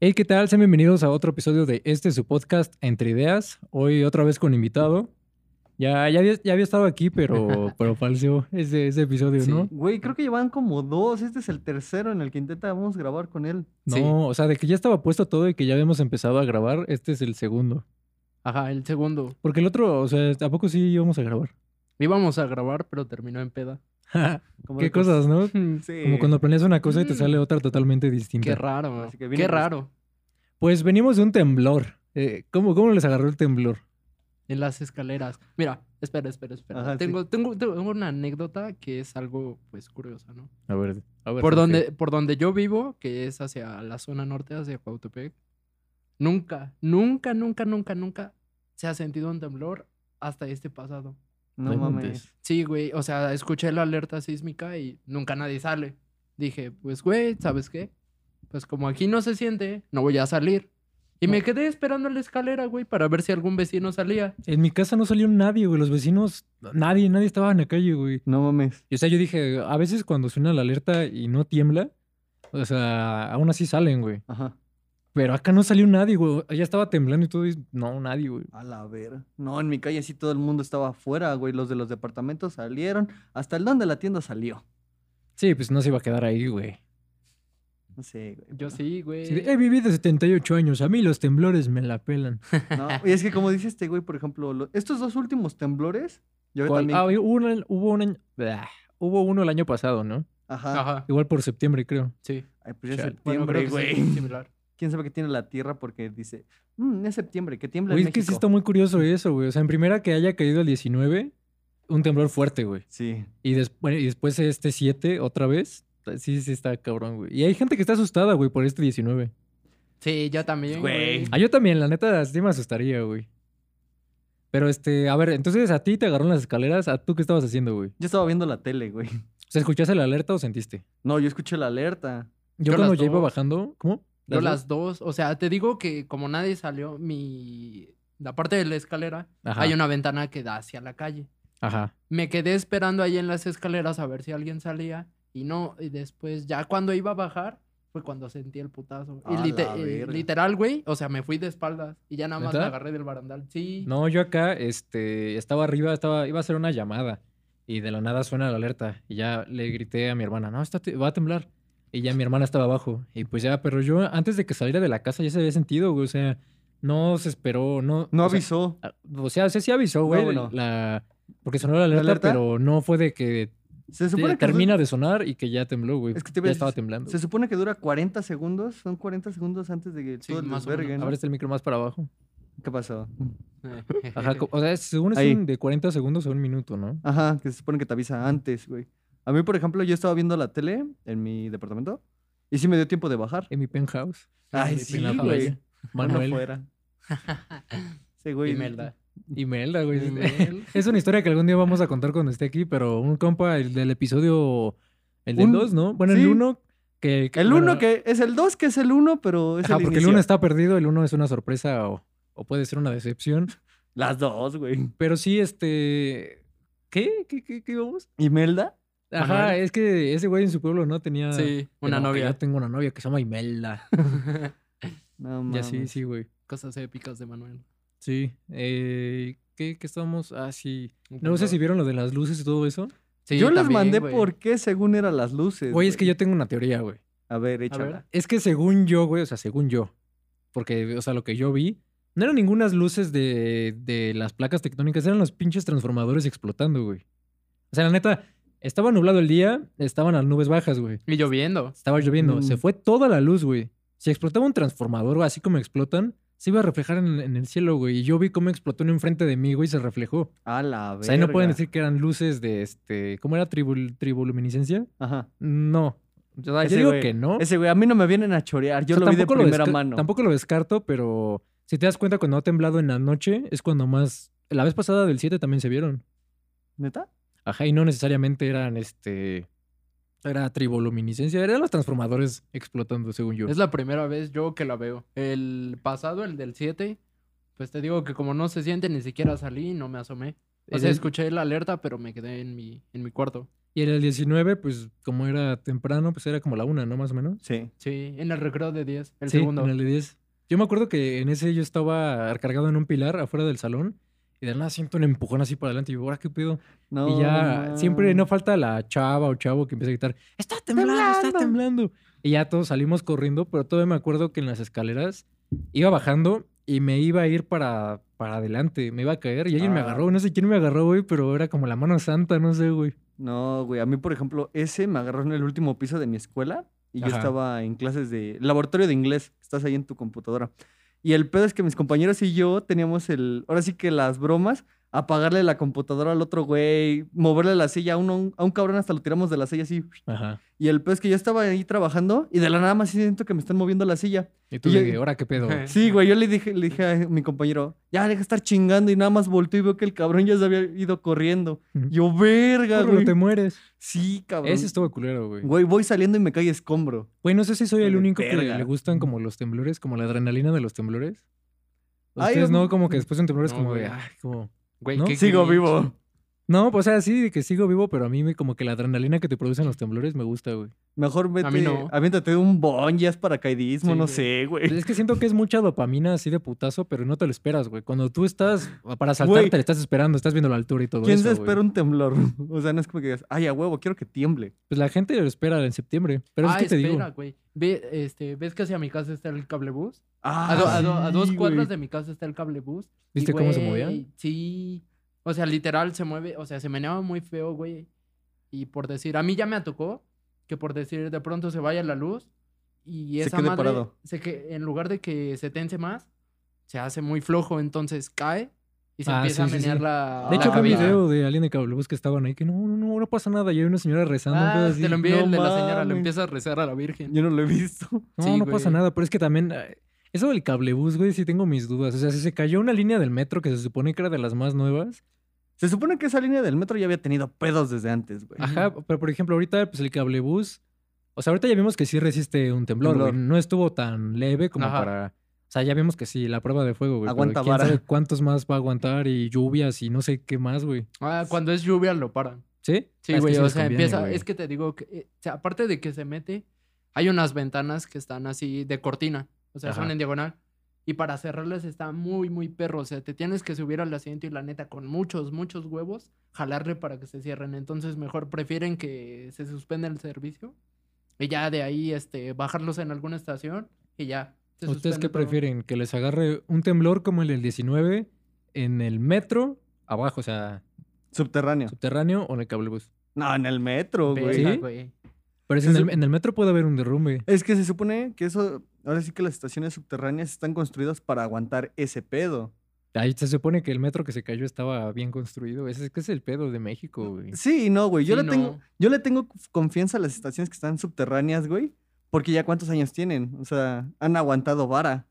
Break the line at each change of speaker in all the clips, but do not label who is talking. Hey, ¿qué tal? Sean bienvenidos a otro episodio de este su podcast Entre Ideas. Hoy otra vez con invitado. Ya, ya, había, ya había estado aquí, pero, pero falseó ese, ese episodio,
Sí.
¿no?
Güey, creo que llevan como dos. Este es el tercero en el que intentamos grabar con él.
No,
Sí.
o sea, de que ya estaba puesto todo y que ya habíamos empezado a grabar, este es el segundo.
Ajá, el segundo.
Porque el otro, o sea, ¿a poco sí íbamos a grabar?
Íbamos a grabar, pero terminó en peda.
Como
Qué
de cos-
cosas, ¿no?
Sí.
Como cuando planeas una cosa y te
eh, Mm.
sale otra totalmente distinta.
Qué raro.
Así que
Qué
vinimos-
raro.
Pues venimos de un temblor. Eh, ¿cómo, ¿Cómo les agarró el temblor?
En las escaleras. Mira, espera, espera, espera.
Ajá, sí.
tengo, tengo, tengo una anécdota que es algo, pues, curiosa, ¿no?
A ver, a
Pues,
ver.
Por
Jorge.
donde, por donde yo vivo, que es hacia la zona norte, hacia Cuautepec, nunca, nunca, nunca, nunca, nunca se ha sentido un temblor hasta este pasado.
No
No
mames.
inventes.
Sí, güey. O sea, escuché la alerta sísmica y nunca nadie sale. Dije, pues, güey, ¿sabes qué? Pues como aquí no se siente, no voy a salir. Y me quedé esperando en la escalera, güey, para ver si algún vecino salía.
En mi casa no salió nadie, güey. Los vecinos, nadie, nadie estaba en la calle, güey.
No mames.
Y o sea, yo dije, a veces cuando suena la alerta y no tiembla, o sea, aún así salen, güey.
Ajá.
Pero acá no salió nadie, güey. Allá estaba temblando y todo. Y... No, nadie, güey.
A la ver. No, en mi calle sí todo el mundo estaba afuera, güey. Los de los departamentos salieron. Hasta el don de la tienda salió.
Sí, pues no se iba a quedar ahí, güey.
No sé, güey.
Yo
pero-
sí, güey.
Eh.
Sí, He vivido 78 años. A mí los temblores me la pelan.
No, y es que como dice este güey, por ejemplo, lo- estos dos últimos temblores, yo
¿Cuál?
también.
Ah, hubo, uno el- hubo un año... Bah, hubo uno el año pasado, ¿no?
Ajá.
Ajá,
Igual por septiembre, creo.
sí.
Ay, ah. pues ya es
Chale.
Bueno, creo
septiembre,
que sí,
güey.
similar.
¿Quién sabe qué tiene la tierra? Porque dice, "Mm, es septiembre, que tiembla
Güey,
en
es que sí
México".
está muy curioso eso, güey. O sea, en primera que haya caído el 19, un temblor fuerte, güey.
Sí.
Y, después y después este 7 otra vez. Sí, sí está cabrón, güey. Y hay gente que está asustada, güey, por este 19.
Sí, yo también,
Güey.
güey.
Ah, yo también, la neta, sí me asustaría, güey. Pero este, a ver, entonces a ti te agarraron las escaleras, ¿a tú qué estabas haciendo, güey?
Yo estaba viendo la tele, güey.
O sea, ¿escuchaste la alerta o sentiste?
No, yo escuché la alerta.
Yo,
Yo
cuando
las
ya iba
dos.
bajando, ¿cómo?
Yo
dos?
las dos. O sea, te digo que como nadie salió, mi... La parte de la escalera,
Ajá,
hay una ventana que da hacia la calle.
Ajá.
Me quedé esperando ahí en las escaleras a ver si alguien salía y no, y después ya cuando iba a bajar fue cuando sentí el putazo. Y
A
lite-
la
eh,
verga.
literal, güey, o sea, me fui de espaldas y ya nada más me
¿Neta?
agarré del barandal. Sí.
No, yo acá, este, estaba arriba, estaba, iba a hacer una llamada y de la nada suena la alerta y ya le grité a mi hermana, no, está te- va a temblar. Y ya mi hermana estaba abajo y pues ya, pero yo antes de que saliera de la casa ya se había sentido, güey, o sea, no se esperó, no.
No
o sea,
avisó.
a- O sea, sí, sí avisó, güey,
bueno.
la, porque sonó la alerta,
alerta?
pero no fue de que
Se
te-
supone que
termina de sonar y que ya tembló, güey.
Es que te iba
ya
a
estaba
decir,
temblando.
Se supone que dura 40 segundos. Son 40 segundos antes de que
Sí,
todo el
más o
desvergue,
menos.
¿no?
Abres el micro más para abajo.
¿Qué pasó?
Ajá, co- o sea, según es
Ahí.
un de 40 segundos a un minuto, ¿no?
Ajá, que se supone que te avisa antes, güey. A mí, por ejemplo, yo estaba viendo la tele en mi departamento y sí me dio tiempo de bajar.
En mi penthouse.
Ay,
en
sí,
la
güey.
playa. Manuel.
Uno fuera. Sí, güey.
Imelda.
Imelda, güey.
Imel.
Es una historia que algún día vamos a contar cuando esté aquí, pero un compa, el del episodio, el del
Un-
2, ¿no? Bueno,
sí.
el 1, que,
El
bueno,
1 que es el 2, que es el 1, pero es
Ajá,
el
porque el
inicio.
1 está perdido, el 1 es una sorpresa o, o puede ser una decepción.
Las dos, güey.
Pero sí, este... ¿Qué? ¿Qué, qué, qué vamos?
¿Imelda?
Ajá,
Manuel.
es que ese güey en su pueblo no tenía...
sí,
que
una
no, que Yo
novia.
tengo una novia que se llama Imelda.
No, mames.
ya sí, sí, güey.
Cosas épicas de Manuel.
Sí. Eh, ¿Qué, ¿Qué estamos? Ah, sí. No sé si vieron lo de las luces y todo eso.
Sí,
yo les
también,
mandé
güey.
por qué según eran las luces.
Güey, es que yo tengo una teoría, güey.
A ver, échala.
Es que según yo, güey, o sea, según yo, porque, o sea, lo que yo vi, no eran ningunas luces de, de las placas tectónicas, eran los pinches transformadores explotando, güey. O sea, la neta, estaba nublado el día, estaban las nubes bajas, güey.
Y lloviendo.
Estaba lloviendo, se
Mm.
fue toda la luz, güey. Si explotaba un transformador, güey, así como explotan, se iba a reflejar en, en el cielo, güey. Y yo vi cómo explotó uno enfrente de mí, güey, y se reflejó.
A la verga.
O sea, ahí no pueden decir que eran luces de este. ¿Cómo era? Tribul- triboluminiscencia.
Ajá.
No. Yo, Ah, yo
Ese
digo
güey-
que no.
Ese güey, a mí no me vienen a chorear. Yo
O sea,
lo vi de
tampoco
primera
desca-
mano.
Tampoco lo descarto, pero si te das cuenta, cuando ha temblado en la noche, es cuando más. La vez pasada del 7 también se vieron.
¿Neta?
Ajá, y no necesariamente eran este. Era triboluminiscencia, eran los transformadores explotando, según yo.
Es la primera vez yo que la veo. El pasado, el del 7, pues te digo que como no se siente, ni siquiera salí y no me asomé. O
Es
sea,
el-
escuché la alerta, pero me quedé en mi, en mi cuarto.
Y en el 19, pues como era temprano, pues era como la una, ¿no? Más o menos.
Sí.
Sí, en el recreo de 10, el
Sí,
segundo.
en el de 10. Yo me acuerdo que en ese yo estaba recargado en un pilar afuera del salón y de la nada siento un empujón así para adelante y yo, ¿ahora qué pido?
No,
y ya
ma.
siempre no falta la chava o chavo que empieza a gritar, está temblando, está temblando. Y ya todos salimos corriendo, pero todavía me acuerdo que en las escaleras iba bajando y me iba a ir para, para adelante, me iba a caer y alguien me
Ah.
agarró, no sé quién me agarró, güey, pero era como la mano santa, no sé, güey.
No, güey. A mí, por ejemplo, ese me agarró en el último piso de mi escuela y yo
Ajá.
estaba en clases de laboratorio de inglés. Estás ahí en tu computadora. Y el pedo es que mis compañeros y yo teníamos el. Ahora sí que las bromas. Apagarle la computadora al otro güey, moverle la silla a uno, a un cabrón hasta lo tiramos de la silla así.
Ajá.
Y el pedo es que yo estaba ahí trabajando y de la nada más sí siento que me están moviendo la silla.
Y tú
Y yo-
de, ¿ahora qué pedo? güey?"
Sí, güey, yo le dije, le dije a mi compañero, ya deja de estar chingando y nada más volteo y veo que el cabrón ya se había ido corriendo.
Ujú.
Yo, verga,
Pero
güey.
te mueres.
Sí, cabrón.
Ese estuvo culero, güey.
Güey, voy saliendo y me cae escombro.
Güey, no sé si soy el
Vale,
único que
verga.
le gustan como los temblores, como la adrenalina de los temblores.
Ay,
Ustedes
um,
no, como que después de un temblor es
no,
como de,
güey.
ay, como...
Güey,
¿no?
qué
Sigo
cringe.
vivo.
No, pues o sea, sí, de que sigo vivo, pero a mí me- como que la adrenalina que te producen los temblores me gusta, güey.
Mejor vete,
A mí no.
aviéntate de un bon, ya es paracaidismo,
Sí,
no
güey.
sé, güey.
Es que siento que es mucha dopamina así de putazo, pero no te lo esperas, güey. Cuando tú estás para saltar,
Güey.
te estás esperando, estás viendo la altura y todo
¿Quién
eso,
se
güey.
espera un temblor? O sea, no es como que digas, ay, a huevo, quiero que tiemble.
Pues la gente lo espera en septiembre, pero
Ah,
es que te
espera,
digo...
güey. Ve, este, ¿Ves que hacia mi casa está el cablebús?
Ah,
A, do- a do- a dos
sí,
cuadras
güey.
de mi casa está el cablebús. y,
¿Viste cómo se movía?
güey, Sí. O sea, literal se mueve, o sea, se meneaba muy feo, güey. Y por decir, a mí ya me tocó que por decir de pronto se vaya la luz y
Se
esa
quede
madre
parado.
se que en lugar de que se tense más, se hace muy flojo, entonces cae y se
Ah, sí,
empieza a
sí, sí.
menear la
Ah,
De hecho,
la
vi
cabina.
video de alguien de cablebús que estaban ahí que no, no, no, no pasa nada. Y hay una señora rezando. un
Ah,
pedo
te
así.
lo envié el
no
de la señora, le
mames.
empieza a rezar a la Virgen.
Yo no lo he visto.
No,
Sí,
no pasa
güey.
nada, pero es que también eh, eso del cablebús, güey, sí tengo mis dudas. O sea, si se cayó una línea del metro que se supone que era de las más nuevas.
Se supone que esa línea del metro ya había tenido pedos desde antes, güey.
Ajá, pero por ejemplo, ahorita pues el cablebús, o sea, ahorita ya vimos que sí resiste un temblor, güey.
Temblor.
No estuvo tan leve como
Ajá.
para o sea, ya vimos que sí, la prueba de fuego, güey. pero
Aguanta
quién
vara.
sabe cuántos más va a aguantar y lluvias y no sé qué más, güey.
Ah, cuando es lluvia lo paran.
¿Sí? Ah,
Sí,
es que
güey, o
les
sea,
conviene,
empieza,
güey.
es que te digo que, eh, o sea, aparte de que se mete, hay unas ventanas que están así de cortina, o sea, son
Ajá.
en diagonal. Y para cerrarlas está muy, muy perro, o sea, te tienes que subir al asiento y la neta, con muchos, muchos huevos, jalarle para que se cierren. Entonces, mejor prefieren que se suspenda el servicio y ya de ahí, este, bajarlos en alguna estación y ya. se
¿Ustedes
suspende
qué
todo.
prefieren? ¿Que les agarre un temblor como el del 19 en el metro abajo, o sea,
Subterráneo.
subterráneo o en el cablebús?
No, en el metro, güey.
Verga,
¿Sí?
güey.
Pero es
Se
en, el,
sup-
en el metro puede haber un derrumbe.
Es que se supone que eso, ahora sí que las estaciones subterráneas están construidas para aguantar ese pedo.
Ahí se supone que el metro que se cayó estaba bien construido. Ese es que es el pedo de México, güey.
Sí, no, güey. Yo,
Sí,
le tengo,
no.
yo le tengo confianza a las estaciones que están subterráneas, güey, porque ya cuántos años tienen. O sea, han aguantado vara.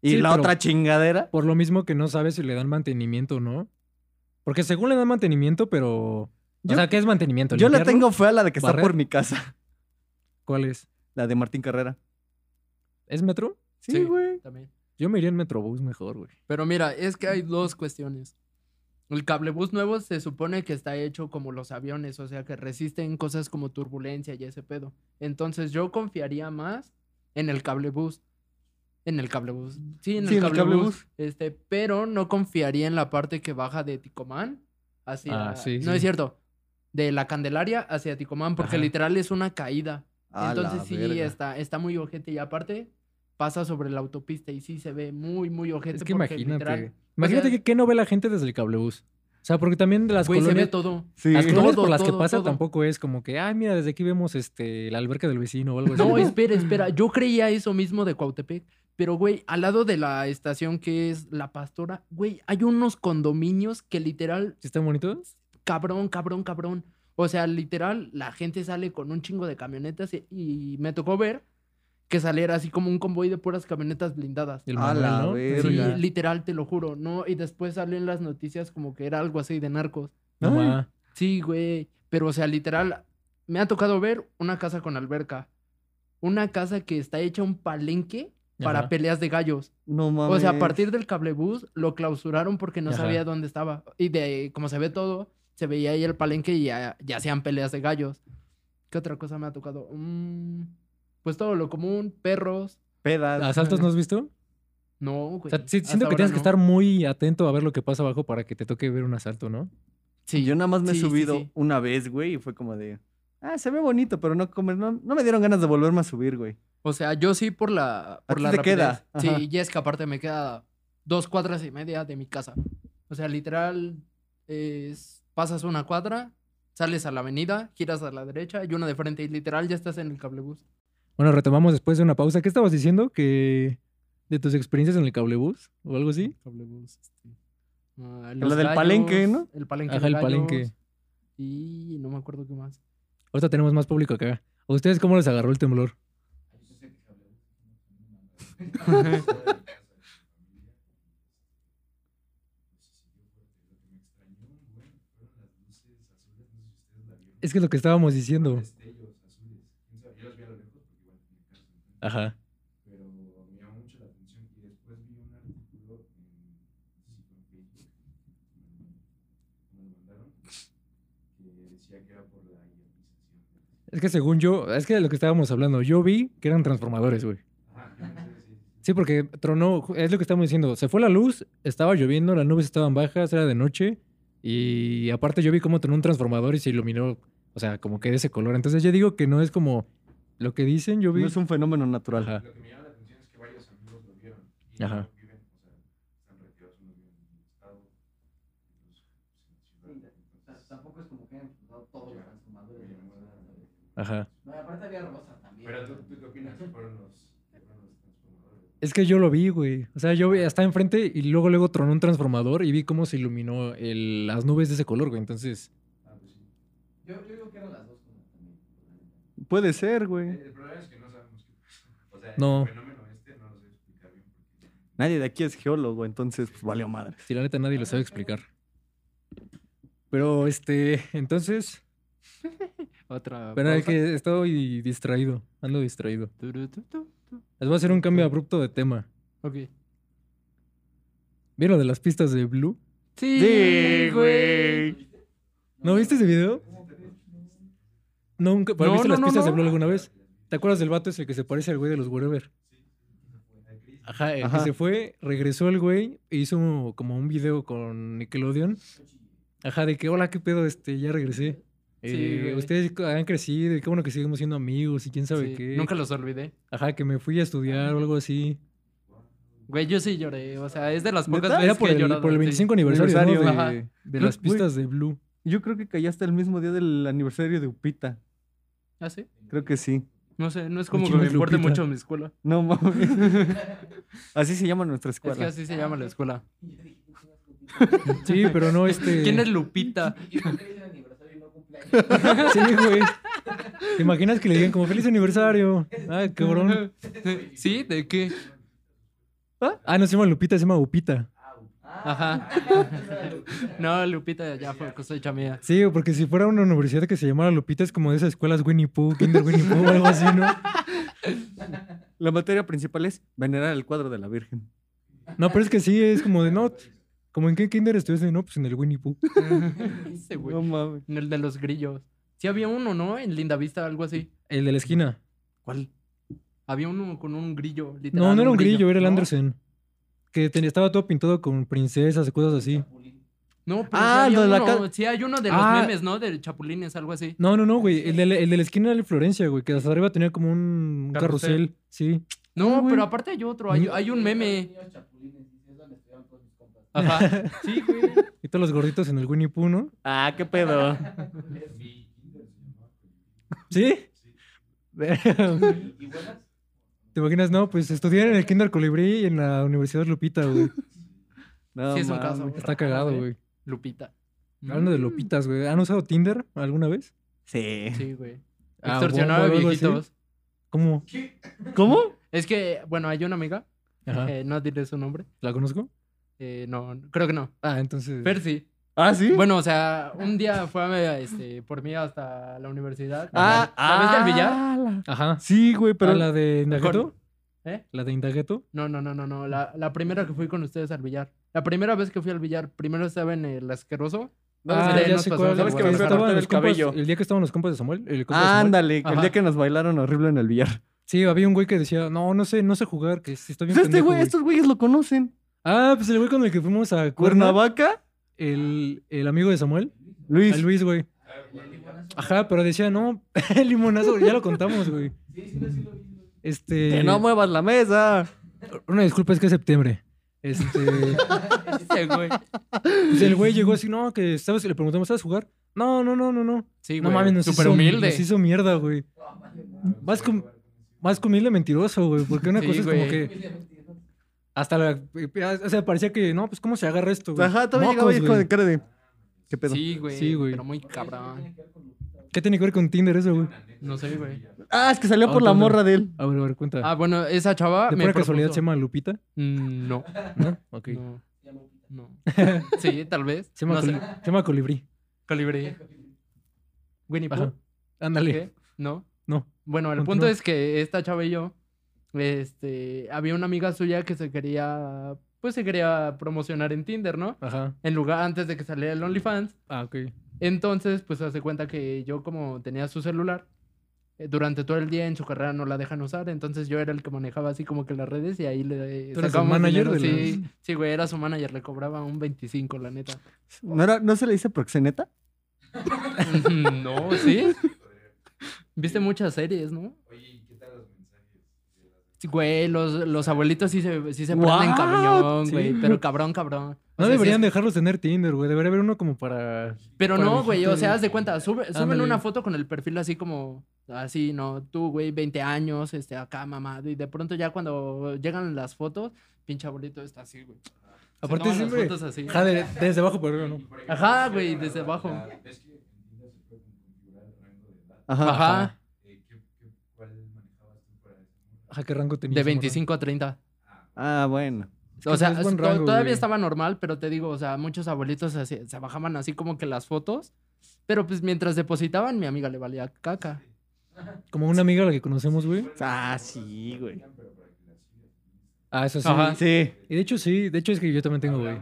Y
Sí,
la
pero-
otra chingadera.
Por lo mismo que no sabes si le dan mantenimiento o no. Porque según le dan mantenimiento, pero.
Yo-
o sea, ¿qué es mantenimiento?
Yo le
¿Limpiarlo?
tengo fe a la de que está
barrer.
por mi casa,
¿Cuál es?
la de Martín Carrera.
¿Es metro?
Sí,
Sí.
güey.
También.
Yo me iría en Metrobús mejor, güey.
Pero mira, es que hay dos cuestiones. El cablebús nuevo se supone que está hecho como los aviones, o sea, que resisten cosas como turbulencia y ese pedo. Entonces yo confiaría más en el cablebús. En el cablebús. Sí, en
Sí,
el cablebús. Este, pero no confiaría en la parte que baja de Ticomán hacia
Ah, sí,
No
sí.
es cierto. De la Candelaria hacia Ticomán porque
Ajá.
literal es una caída.
A la
Entonces sí
verga.
está está muy ojete y aparte pasa sobre la autopista y sí se ve muy muy ojete
Es que
porque
imagínate.
literal
imagínate
o sea-
que qué no ve la gente desde el cablebús. O sea, porque también de las
Güey, se ve
colonias.
todo.
Sí.
Las colonias
Todo,
por las
todo,
que pasa
todo.
tampoco es como que, ay, mira, desde aquí vemos este la alberca del vecino o algo así.
No, espera, espera. Yo creía eso mismo de Cuautepec. Pero, güey, al lado de la estación que es La Pastora, güey, hay unos condominios que literal,
¿Sí están bonitos?
cabrón, cabrón, cabrón. O sea, literal, la gente sale con un chingo de camionetas y, y me tocó ver que saliera así como un convoy de puras camionetas blindadas.
Y el
A
Manuel,
la
¿no?
Sí,
verga.
literal, te lo juro, ¿no? Y después salen las noticias como que era algo así de narcos.
No,
Ay.
ma.
Sí, güey. Pero, o sea, literal, me ha tocado ver una casa con alberca. Una casa que está hecha un palenque eh, para
Ajá.
peleas de gallos.
No mames.
O sea, a partir del cablebús lo clausuraron porque no
Ajá.
sabía dónde estaba. Y de como se ve todo, se veía ahí el palenque y ya, ya hacían peleas de gallos. ¿Qué otra cosa me ha tocado? Mm, pues todo lo común, perros.
Pedas.
eh.
¿Asaltos no has visto?
No,
O
güey.
sea, sí-
Pues hasta
siento que
ahora
tienes que
no.
estar muy atento a ver lo que pasa abajo para que te toque ver un asalto, ¿no?
Sí,
Yo nada más me
sí,
he
sí,
subido
sí.
una vez, güey, y fue como de. Ah, se ve bonito, pero no, como- no, no me dieron ganas de volverme a subir, güey.
O sea, yo sí por la. Por
ti
la
te
rapidez.
queda, ajá.
Sí, y es que aparte me queda dos cuadras y media de mi casa. O sea, literal, es- pasas una cuadra, sales a la avenida, giras a la derecha y una de frente. Y literal ya estás en el cablebús.
Bueno, retomamos después de una pausa. ¿Qué estabas diciendo? Que de tus experiencias en el cablebús o algo así.
Cablebús, este. ah,
Lo
los
del palenque,
gallos,
¿no?
El palenque.
Ajá,
de
el palenque.
gallos, Y no me acuerdo qué más.
Ahorita tenemos más público acá. ¿A ustedes cómo les agarró el temblor? Es que es lo que estábamos diciendo. Ajá.
pero me llamó mucho la atención y después vi un artículo en, no sé si fue en Facebook, me lo mandaron, que decía que era por la ionización.
Es que según yo, es que de lo que estábamos hablando, yo vi que eran transformadores, güey.
Ajá, sí, sí, sí.
Sí, porque tronó, ju- es lo que estamos diciendo. Se fue la luz, estaba lloviendo, las nubes estaban bajas, era de noche. Y aparte yo vi cómo tronó un transformador y se iluminó, o sea, como que de ese color. Entonces yo digo que no es como lo que dicen, yo vi.
No es un fenómeno natural.
Ajá.
Lo que me llama la atención es que varios amigos lo vieron y
Ajá.
no viven, o sea, están retirados, no viven en el estado, otros en la ciudad. entonces,
Tampoco es como que hayan explotado todos los transformadores.
me llamó la-
Ajá.
No, y aparte había rosas también.
Pero tú, tú qué opinas, fueron los, fueron los transformadores.
Es que yo lo vi, güey. O sea, yo vi, estaba enfrente y luego, luego tronó un transformador y vi cómo se iluminó el- las nubes de ese color, güey. Entonces,
Ah, pues sí.
Yo, yo digo que eran las dos cosas también. la neta.
Puede ser,
El,
güey.
el problema es que no sabemos qué pasa. O sea,
No.
el fenómeno este no lo sé explicar bien porque
Nadie de aquí es geólogo, entonces, pues, valió madre.
si la neta nadie lo sabe explicar. Pero, este, entonces,
Otra.
pero es
pausa.
que estoy distraído, ando distraído.
Turu, tu, tu, tu.
Les voy a hacer un cambio abrupto de tema.
Ok.
¿Vieron lo de las pistas de Blue?
Sí, güey.
¿No viste ese video? Nunca, ¿pero
No,
¿Viste
no,
las
no,
pistas de
no.
Blue alguna vez? ¿Te acuerdas del vato ese que se parece al güey de los Wherever? Ajá, el
Ajá.
que se fue, regresó el güey e hizo un- como un video con Nickelodeon. Ajá, de que hola, qué pedo, este, ya regresé. Eh,
güey.
ustedes han crecido y qué bueno que seguimos siendo amigos y quién sabe
Sí,
qué.
Nunca los olvidé.
Ajá, que me fui a estudiar o algo así.
Güey, yo sí lloré. O sea, es de las pocas
¿Neta?
veces
Era
que
por
he
el,
llorado,
por el
sí.
25 aniversario, ¿no?
Aniversario,
de,
ajá.
de las
Blue- güey.
pistas de Blue.
Yo creo que caía hasta el mismo día del aniversario de Upita.
¿Ah, sí?
Creo que sí.
No sé, no es como que
¿Quién
me
es
importe
Lupita?
mucho mi escuela.
No mames. Así se llama nuestra escuela.
Es que así se llama la escuela.
Y yo dije, ¿quién es
Sí, pero no este.
¿Quién es Lupita?
Lupita? Y yo creo que es el aniversario y no cumpleaños.
Sí, güey. ¿Te imaginas que le digan como feliz aniversario? Ay, cabrón.
¿Sí? ¿De qué?
Ah, no se llama Lupita, se llama Upita.
Ajá. No, Lupita ya fue cosecha mía.
Sí, güey, porque si fuera una universidad que se llamara Lupita, es como de esas escuelas Winnie Pooh, Kinder Winnie Pooh o algo así, ¿no?
La materia principal es venerar el cuadro de la Virgen.
No, pero es que sí, es como de no. ¿Como en qué Kinder estuviste? No, pues en el Winnie Pooh.
Ese güey.
No mames.
En El de los grillos. Sí había uno, ¿no? En Linda Vista, algo así.
El de la esquina.
¿Cuál?
Había uno con un grillo, literal.
No, no era un grillo, era el
¿no?
Anderson. Que tenía- estaba todo pintado con princesas y cosas así.
No, pero
Ah,
sí,
el
había
de la
uno,
ca-
sí hay uno de los
Ah.
memes, ¿no? De chapulines, algo así.
No, no, no, güey. El de la, el de la esquina era el Florencia, güey. Que hasta arriba tenía como un
Carrusel.
carrusel. Sí.
No,
güey.
pero aparte hay otro. Hay, hay un meme.
Niños chapulines, y es donde estudiaban todos mis compas.
Ajá. Sí, güey.
Y todos los gorditos en el Winnie Pooh, ¿no?
Ah, qué pedo.
mi kinder se llamaba
¿Sí?
¿Y buenas?
¿Te imaginas? No, pues estudiar en el Kinder Colibrí y en la Universidad Lupita, güey.
No,
Sí, es un caso.
mames.
Está cagado, güey.
Lupita.
Hablando de Lupitas, güey. ¿Han usado Tinder alguna vez?
Sí.
Sí, güey.
Ah,
Extorsionaba a
bomba, algo así.
viejitos.
¿Cómo? Ah.
¿Cómo?
Es que, bueno, hay una amiga.
Ajá.
eh, no diré su nombre.
¿La conozco?
Eh, no, no, creo que no.
Ah, entonces.
Pero sí.
Ah, sí.
Bueno, o sea, un día fue a- este, por mí hasta la universidad.
ah,
¿La vez del billar? Ah,
ah, la-
Ajá.
Sí, güey, pero
¿Pero la de
Mejor.
Indagueto?
¿Eh?
¿La de Indagueto?
No, no, no, no, no. La, la primera que fui con ustedes al billar. La primera vez que fui al billar, primero estaba en el asqueroso
Ah,
que
ya
nos
sé
pasó
cuál.
algo
¿Sabes que
bueno.
me
Estaban
cortaron
los
el cabello?
compas-
El día que estaban los compas de Samuel. El compa de Samuel,
Ándale, el
Ajá.
día que nos bailaron horrible en el billar.
Sí, había un güey que decía, no, no sé, no sé jugar, que sí estoy
Pues
bien
este
pendejo,
güey,
güey".
estos güeyes lo conocen.
Ah, pues el güey con el que fuimos a Cuerna,
Cuernavaca,
el, el amigo de Samuel, a
Luis.
Luis, güey. Ajá, pero decía, no, el limonazo, ya lo contamos, güey.
Sí, sí, lo- sí, lo vi, lo vi.
Este,
Que no muevas la mesa.
una disculpa, es que es septiembre. Este,
Ese güey.
pues el güey llegó así, no, que, ¿sabes? Le preguntamos, ¿sabes jugar? No, no, no, no, no.
Sí,
No
güey,
mames, nos
Súper
hizo,
humilde.
nos hizo mierda, güey.
Ah, madre,
Más con, más con humilde mentiroso, güey, porque una
Sí,
cosa es como
güey.
que... Hasta la. O sea, parecía que. No, pues, ¿cómo se agarra esto? güey?
Ajá, todavía llegaba
Mocos,
ahí
güey.
con cara de. ¿Qué pedo?
Sí, güey.
Sí, güey.
Pero muy
Porque eso
cabrón.
tiene que ver con Lupita, güey.
¿Qué tiene que ver con Tinder eso, güey?
No sé, güey.
Ah, es que salió
Ah,
por la
¿dónde?
morra de él.
A ver, a ver, cuenta.
Ah, bueno, esa chava
¿De
me
pura casualidad
propuso-
se llama Lupita?
Mm, No,
¿No? Ok.
no,
Se llama Lupita.
no. Sí, tal vez.
Se, llama
no sé.
coli- se llama Colibrí.
Colibrí. Winnie
Ajá.
Pooh.
Ándale.
¿Qué? ¿No?
No.
Bueno, el punto
Continúa.
es que esta chava y yo, este, había una amiga suya que se quería, pues se quería promocionar en Tinder, ¿no?
Ajá.
En lugar, antes de que saliera el OnlyFans.
Ah, ok.
Entonces, pues hace cuenta que yo como tenía su celular, eh, durante todo el día en su carrera no la dejan usar, entonces yo era el que manejaba así como que las redes y ahí le
Tú eras el
sacábamos
manager
dinero,
de
sí, sí, güey, era su manager, le cobraba un 25, la neta.
¿No, era- ¿No se le dice proxeneta?
no, sí. Viste muchas series, ¿no?
Oye, ¿y qué tal los mensajes? de las-
Sí, Güey, los, los abuelitos sí se, sí se
What?
prenden cabrón,
Sí.
güey. Pero cabrón, cabrón. O
No
sea,
deberían
sí es-
dejarlos tener Tinder, güey. Debería haber uno como para.
Pero
para
no,
la
güey.
gente
O sea,
de-
haz de cuenta. sube- suben
Ándale.
una foto con el perfil así como. Así, no, tú, güey, 20 años, este, acá, mamado. Y de pronto ya cuando llegan las fotos, pinche abuelito está así, güey. Se
Aparte,
toman las
siempre.
fotos así.
Ajá, de- desde abajo para arriba,
Y,
¿no?
por ejemplo,
Ajá,
yo
güey,
tengo una
desde
duda,
abajo.
la- ¿Ves que en Tinder se puede configurar el rango de edad?
Ajá.
Ajá.
Eh, ¿qué- qué- ¿Cuál manejabas tú para eso?
Ajá, qué rango tenía.
De
esa morra?
25 a 30.
Ah, bueno.
que
o sea,
es buen
to-
rango,
todavía
güey.
estaba normal, pero te digo, o sea, muchos abuelitos así- se bajaban así como que las fotos. Pero pues mientras depositaban, mi amiga le valía caca.
Como una amiga a la que conocemos, güey.
Ah, sí, güey.
Ah, eso sí.
Ajá.
Sí.
Y de hecho, sí. De hecho, es que yo también tengo, güey.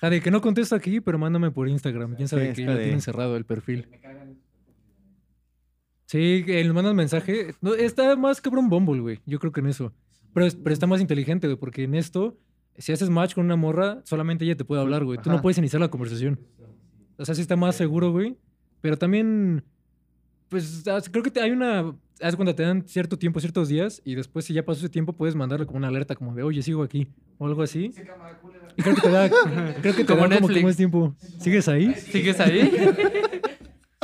Jade, que no contesto aquí, pero mándame por Instagram. Quién sabe
Sí,
que
es
lo
Jade.
tienen cerrado el perfil.
Me cagan esos contenidos.
Sí, que le mandas mensaje. No, está más cabrón Bumble, güey. Yo creo que en eso. Pero, es- pero está más inteligente, güey, porque en esto, si haces match con una morra, solamente ella te puede hablar, güey. Tú no
Ajá.
puedes iniciar la conversación. O sea, sí está más seguro, güey. Pero también, pues as- creo que te- hay una. Haz cuando te dan cierto tiempo, ciertos días, y después, si ya pasó ese tiempo, puedes mandarle como una alerta, como de, oye, sigo aquí, o algo así.
Ese cámara culera.
Y creo que te da, creo que te
Como
da como que
Netflix.
más tiempo. ¿Sigues ahí?
¿Sigues ahí?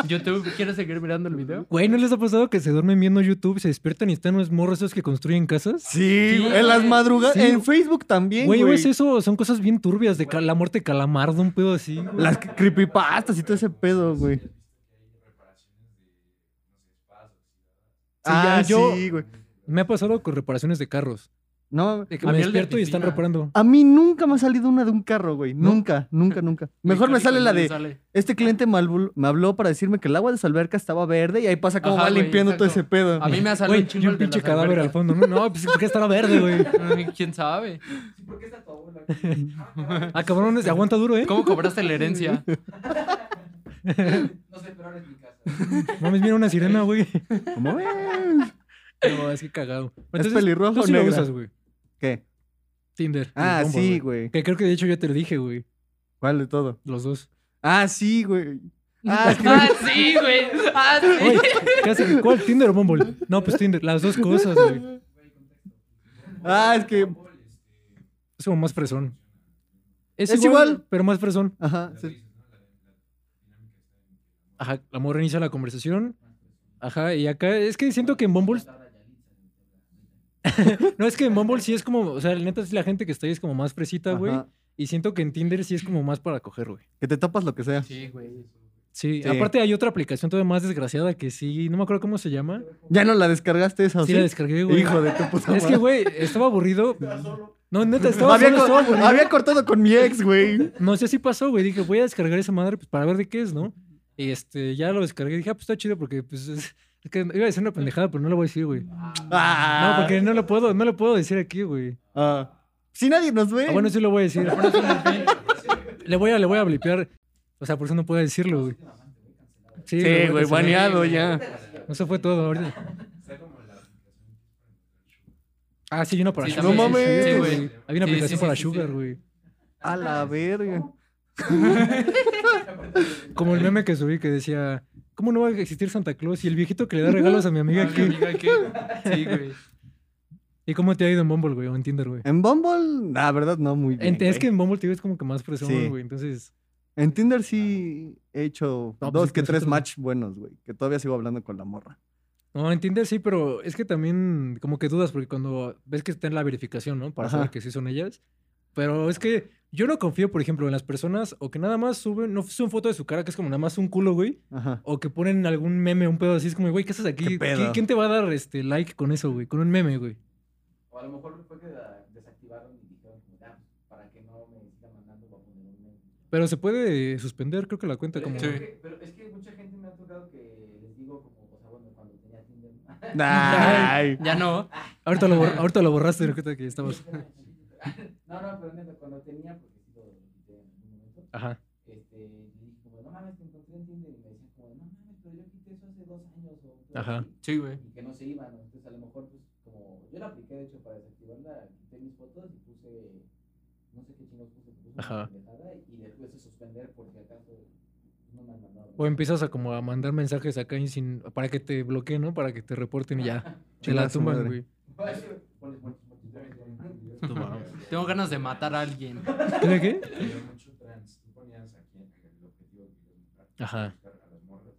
YouTube, ¿quieres seguir mirando el video?
Güey, ¿no les ha pasado que se duermen viendo YouTube, se despiertan y están unos morros esos que construyen casas?
Sí,
Sí,
güey. en las
güey.
madrugadas.
Sí.
En Facebook también,
Güey,
güey.
o es eso, son cosas bien turbias de ca- la muerte de calamardo, un pedo así.
Las que- creepypastas y todo ese pedo, güey.
Sí, ya,
ah,
yo-
sí, güey.
Me ha pasado con reparaciones de carros.
No,
De que
A
me
mí el de
despierto y están
piscina.
reparando.
a mí nunca me ha salido una de un carro, güey.
¿No?
Nunca, nunca, nunca. Mejor me
Casi
sale la
me
de...
sale.
Este cliente me habló- me habló para decirme que el agua de su alberca estaba verde y ahí pasa como
Ajá,
va
güey,
limpiando todo
exacto.
ese pedo.
A mí me ha salido
Güey,
un
y
chingo
un
el de
pinche
las
cadáver al
albercas.
fondo. No, no pues ¿por qué estará verde, güey?
Ay, ¿Quién sabe?
Sí, ¿por qué está tu abuela aquí? Ah, cabrón.
Ah, cabrón, se aguanta duro, ¿eh?
¿Cómo cobraste la herencia?
No sé, pero ahora es mi casa.
Mames, mira una sirena, güey.
¿Cómo ves?
No, es que cagado. Pues Entonces,
pelirroja
tú
o
sí lo
negra?
usas, güey.
¿Qué?
Tinder.
Ah,
y Bumble,
sí, güey.
Que creo que de hecho ya te lo dije, güey.
¿Cuál de todo?
Los dos.
Ah, sí, güey. Ah,
Ah,
es que-
sí, güey. Ah, sí.
Güey, casi que, ¿cuál? ¿Tinder o Bumble? No, pues Tinder. Las dos cosas, güey.
Güey, contexto.
Ah, es que-
Es como más fresón. Es,
Es
igual,
igual.
pero más fresón.
Ajá. sí.
Ajá, la morra inicia la conversación. Ajá, y acá es que siento que en Bumble. No, es que en Bumble sí es como. O sea, la neta sí la gente que está ahí es como más fresita, güey.
Ajá.
Y siento que en Tinder sí es como más para coger, güey.
Que te topas lo que sea.
Sí, güey.
Sí,
Sí.
aparte hay otra aplicación todavía más desgraciada que sí. No me acuerdo cómo se llama.
¿Ya no la descargaste esa o
Sí,
¿Ah, sí?
la descargué, güey.
Hijo de tu puta
Es que,
madre.
güey, estaba aburrido. No, neta, estaba,
había,
solo,
co-
estaba aburrido.
había cortado con mi ex, güey.
No sé si pasó, güey. Dije, voy a descargar esa madre pues, para ver de qué es, ¿no? Y este, ya lo descargué. Dije, ah, pues está chido porque, pues, es, es que iba a decir una pendejada, pero no lo voy a decir, güey.
Ah.
No, porque no lo puedo, no lo puedo decir aquí, güey.
Ah. Si nadie nos ve.
Ah, bueno, sí lo voy a decir. le voy a, le voy a blipear. O sea, por eso no puedo decirlo, güey.
Sí,
lo voy a
güey,
cancelar.
baneado ya.
Eso fue todo ahorita.
Está como la aplicación.
Ah, sí, hay una para
Sí,
Sugar.
no mames.
Sí,
Sí,
güey.
güey.
Hay una
Sí,
aplicación
sí, sí,
para
sí,
Sugar,
sí.
güey.
A la verga.
Como el meme que subí que decía, ¿cómo no va a existir Santa Claus? Y el viejito que le da regalos a mi amiga
Ah, mi
aquí.
amiga que- Sí, güey.
¿Y cómo te ha ido en Bumble, güey? O en Tinder, güey.
En Bumble, la verdad, no muy
En-
bien.
es
güey.
que en Bumble, tío, es como que más presión,
Sí.
güey. Entonces,
En Tinder sí he hecho
No, pues
dos
es que
que tres
nosotros-
match buenos, güey. Que todavía sigo hablando con la morra.
no, en Tinder sí, pero es que también como que dudas, porque cuando ves que está en la verificación, ¿no? Para
Ajá.
saber que sí son ellas. Pero es que yo no confío, por ejemplo, en las personas o que nada más suben, no suben foto de su cara, que es como nada más un culo, güey.
Ajá.
O que ponen algún meme, un pedo así, es como, güey, ¿qué haces aquí? ¿Qui-
pedo?
¿Quién te va a dar este like con eso, güey? Con un meme, güey.
O a lo mejor fue que la desactivaron y dijeron, como, "Ah, para que no me siga mandando, voy a poner un mail".
Pero se puede suspender, creo que la cuenta
Pero,
como...
es que-
Sí.
pero es que mucha gente me ha tocado que les digo, como, o sea, bueno, cuando tenía Tinder.
Ay.
Ya no.
Ahorita lo, borra- ahorita lo borraste, ahorita que estabas.
No, no, pero neta, cuando tenía, porque sí lo quité en algún momento.
Ajá.
este, le dije como, no mames, te encontré en Tinder y me decían como, no mames, pero yo quité eso hace dos años o algo
Ajá.
así,
Sí, güey.
y que no se iban, ¿no? entonces a lo mejor pues como, yo la apliqué de hecho para desactivarla, quité mis fotos y puse, no sé qué chingos puse, puse una
Ajá.
pendejada y le puse suspender por si acaso no me han mandado.
O empiezas a como a mandar mensajes acá y sin, para que te bloqueen, ¿no? Para que te reporten y ya. Te
Chinga
la
su
tumban,
madre.
güey.
Pones muertos, muertos, muertos.
Tengo ganas de matar a alguien.
¿Tiene qué?
Había mucho trans. Tú ponías aquí en el objetivo que querías buscar,
Ajá.
buscar a las morras.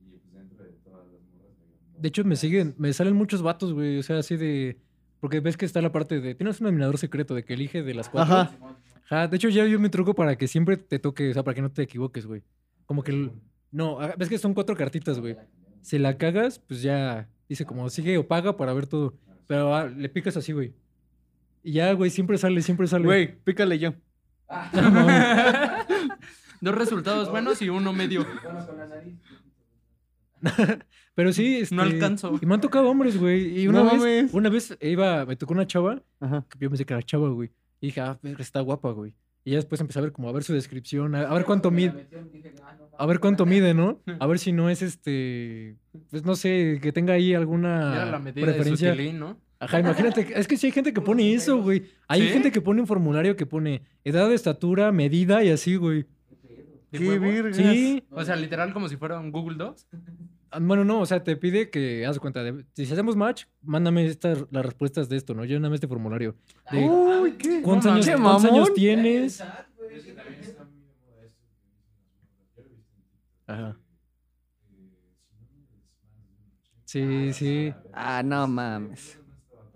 Y pues dentro de todas las morras. había un
De hecho, me
trans.
siguen, me salen muchos vatos, güey. O sea, así de. Porque ves que está la parte de. Tienes un dominador secreto de que elige de las cuatro.
Ajá.
Ajá. De hecho, ya yo mi truco para que siempre te toque, o sea, para que no te equivoques, güey. Como que. el- No, ah, ves que son cuatro cartitas, güey. Si la cagas, pues ya. Dice como sigue o paga para ver todo. Pero ah, le picas así, güey. Y ya, güey, siempre sale, siempre sale.
Güey, pícale yo.
Ah,
Dos resultados buenos y uno medio.
bueno, con la nariz.
Pero sí, este,
No alcanzo.
Y me han tocado hombres, güey. Y una
No
vez,
mames.
una vez iba, me tocó una chava,
Ajá.
que yo pensé que era chava, güey. Y dije, ah, verga, está guapa, güey. Y ya después empecé a ver como a ver su descripción, a, a ver cuánto
Me la
mide,
metieron, dije, ah, no,
a ver cuánto mide, ¿no? A ver si no es este, pues no sé, que tenga ahí
Era la
alguna
medida
Ah, preferencia.
de Sutilín, ¿no?
Ajá, imagínate, que- es que sí hay gente que pone eso, güey. Hay
¿Sí?
gente que pone un formulario que pone edad, estatura, medida y así, güey.
qué pedo.
¿De
Qué
huevo?
virgas.
Sí.
O sea, literal como si fuera un Google Docs.
Ah, Bueno, no, o sea, te pide que haz de cuenta. de- si hacemos match, mándame estas, las respuestas de esto, ¿no? Lléname este formulario.
Ah,
de-
Uy, qué.
¿Cuántos,
mames.
años,
Che,
cuántos
mamón.
años
ya en el
tienes?
chat, güey,
Es que también
imagínate.
está muy de moda esto que dicen las morras. Yo lo he visto en TikTok,
Ajá.
que, eh, si no mides más de un
Sí,
ochenta,
sí.
Ah, no mames.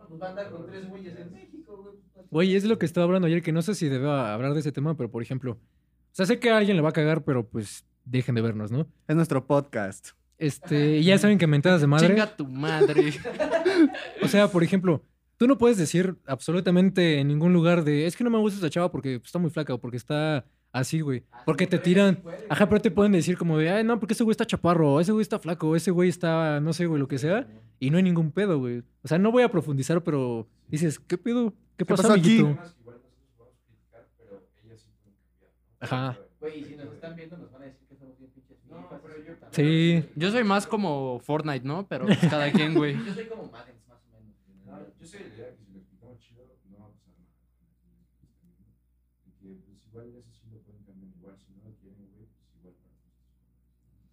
No, pues va a andar con tres güeyes en México, güey. pues,
Güey, es lo que estaba hablando ayer, que no sé si deba hablar de ese tema, pero por ejemplo, o sea, sé que a alguien le va a cagar, pero pues dejen de vernos, ¿no?
Es nuestro podcast.
Este, y ya saben que mentadas de madre.
Chinga tu madre.
O sea, por ejemplo, tú no puedes decir absolutamente en ningún lugar de, es que no me gusta esa chava porque está muy flaca o porque está así, güey. Porque te tiran. Ajá, pero te pueden decir como de, ay, no, porque ese güey está chaparro, o ese güey está flaco, o ese güey está, no sé, güey, lo que sea. Y no hay ningún pedo, güey. O sea, no voy a profundizar, pero dices, ¿qué pedo? ¿Qué, pasó,
pasó aquí?
amiguito?
Temas que igual nosotros podemos criticar, pero ellas sí pueden cambiar, ¿no?
Ajá.
Güey, y si nos están viendo, nos van a decir que somos bien pinches.
No,
fifas,
pero
y
yo.
puta
Sí.
madre.
Yo soy más como Fortnite, ¿no? Pero pues, cada quien, güey.
Yo soy como Madden, más o menos.
No, yo soy de la idea que si lo explicamos chido, no va a pasar nada. Y que, pues, igual eso sí lo pueden cambiar. Igual, si no lo quieren, güey, pues igual para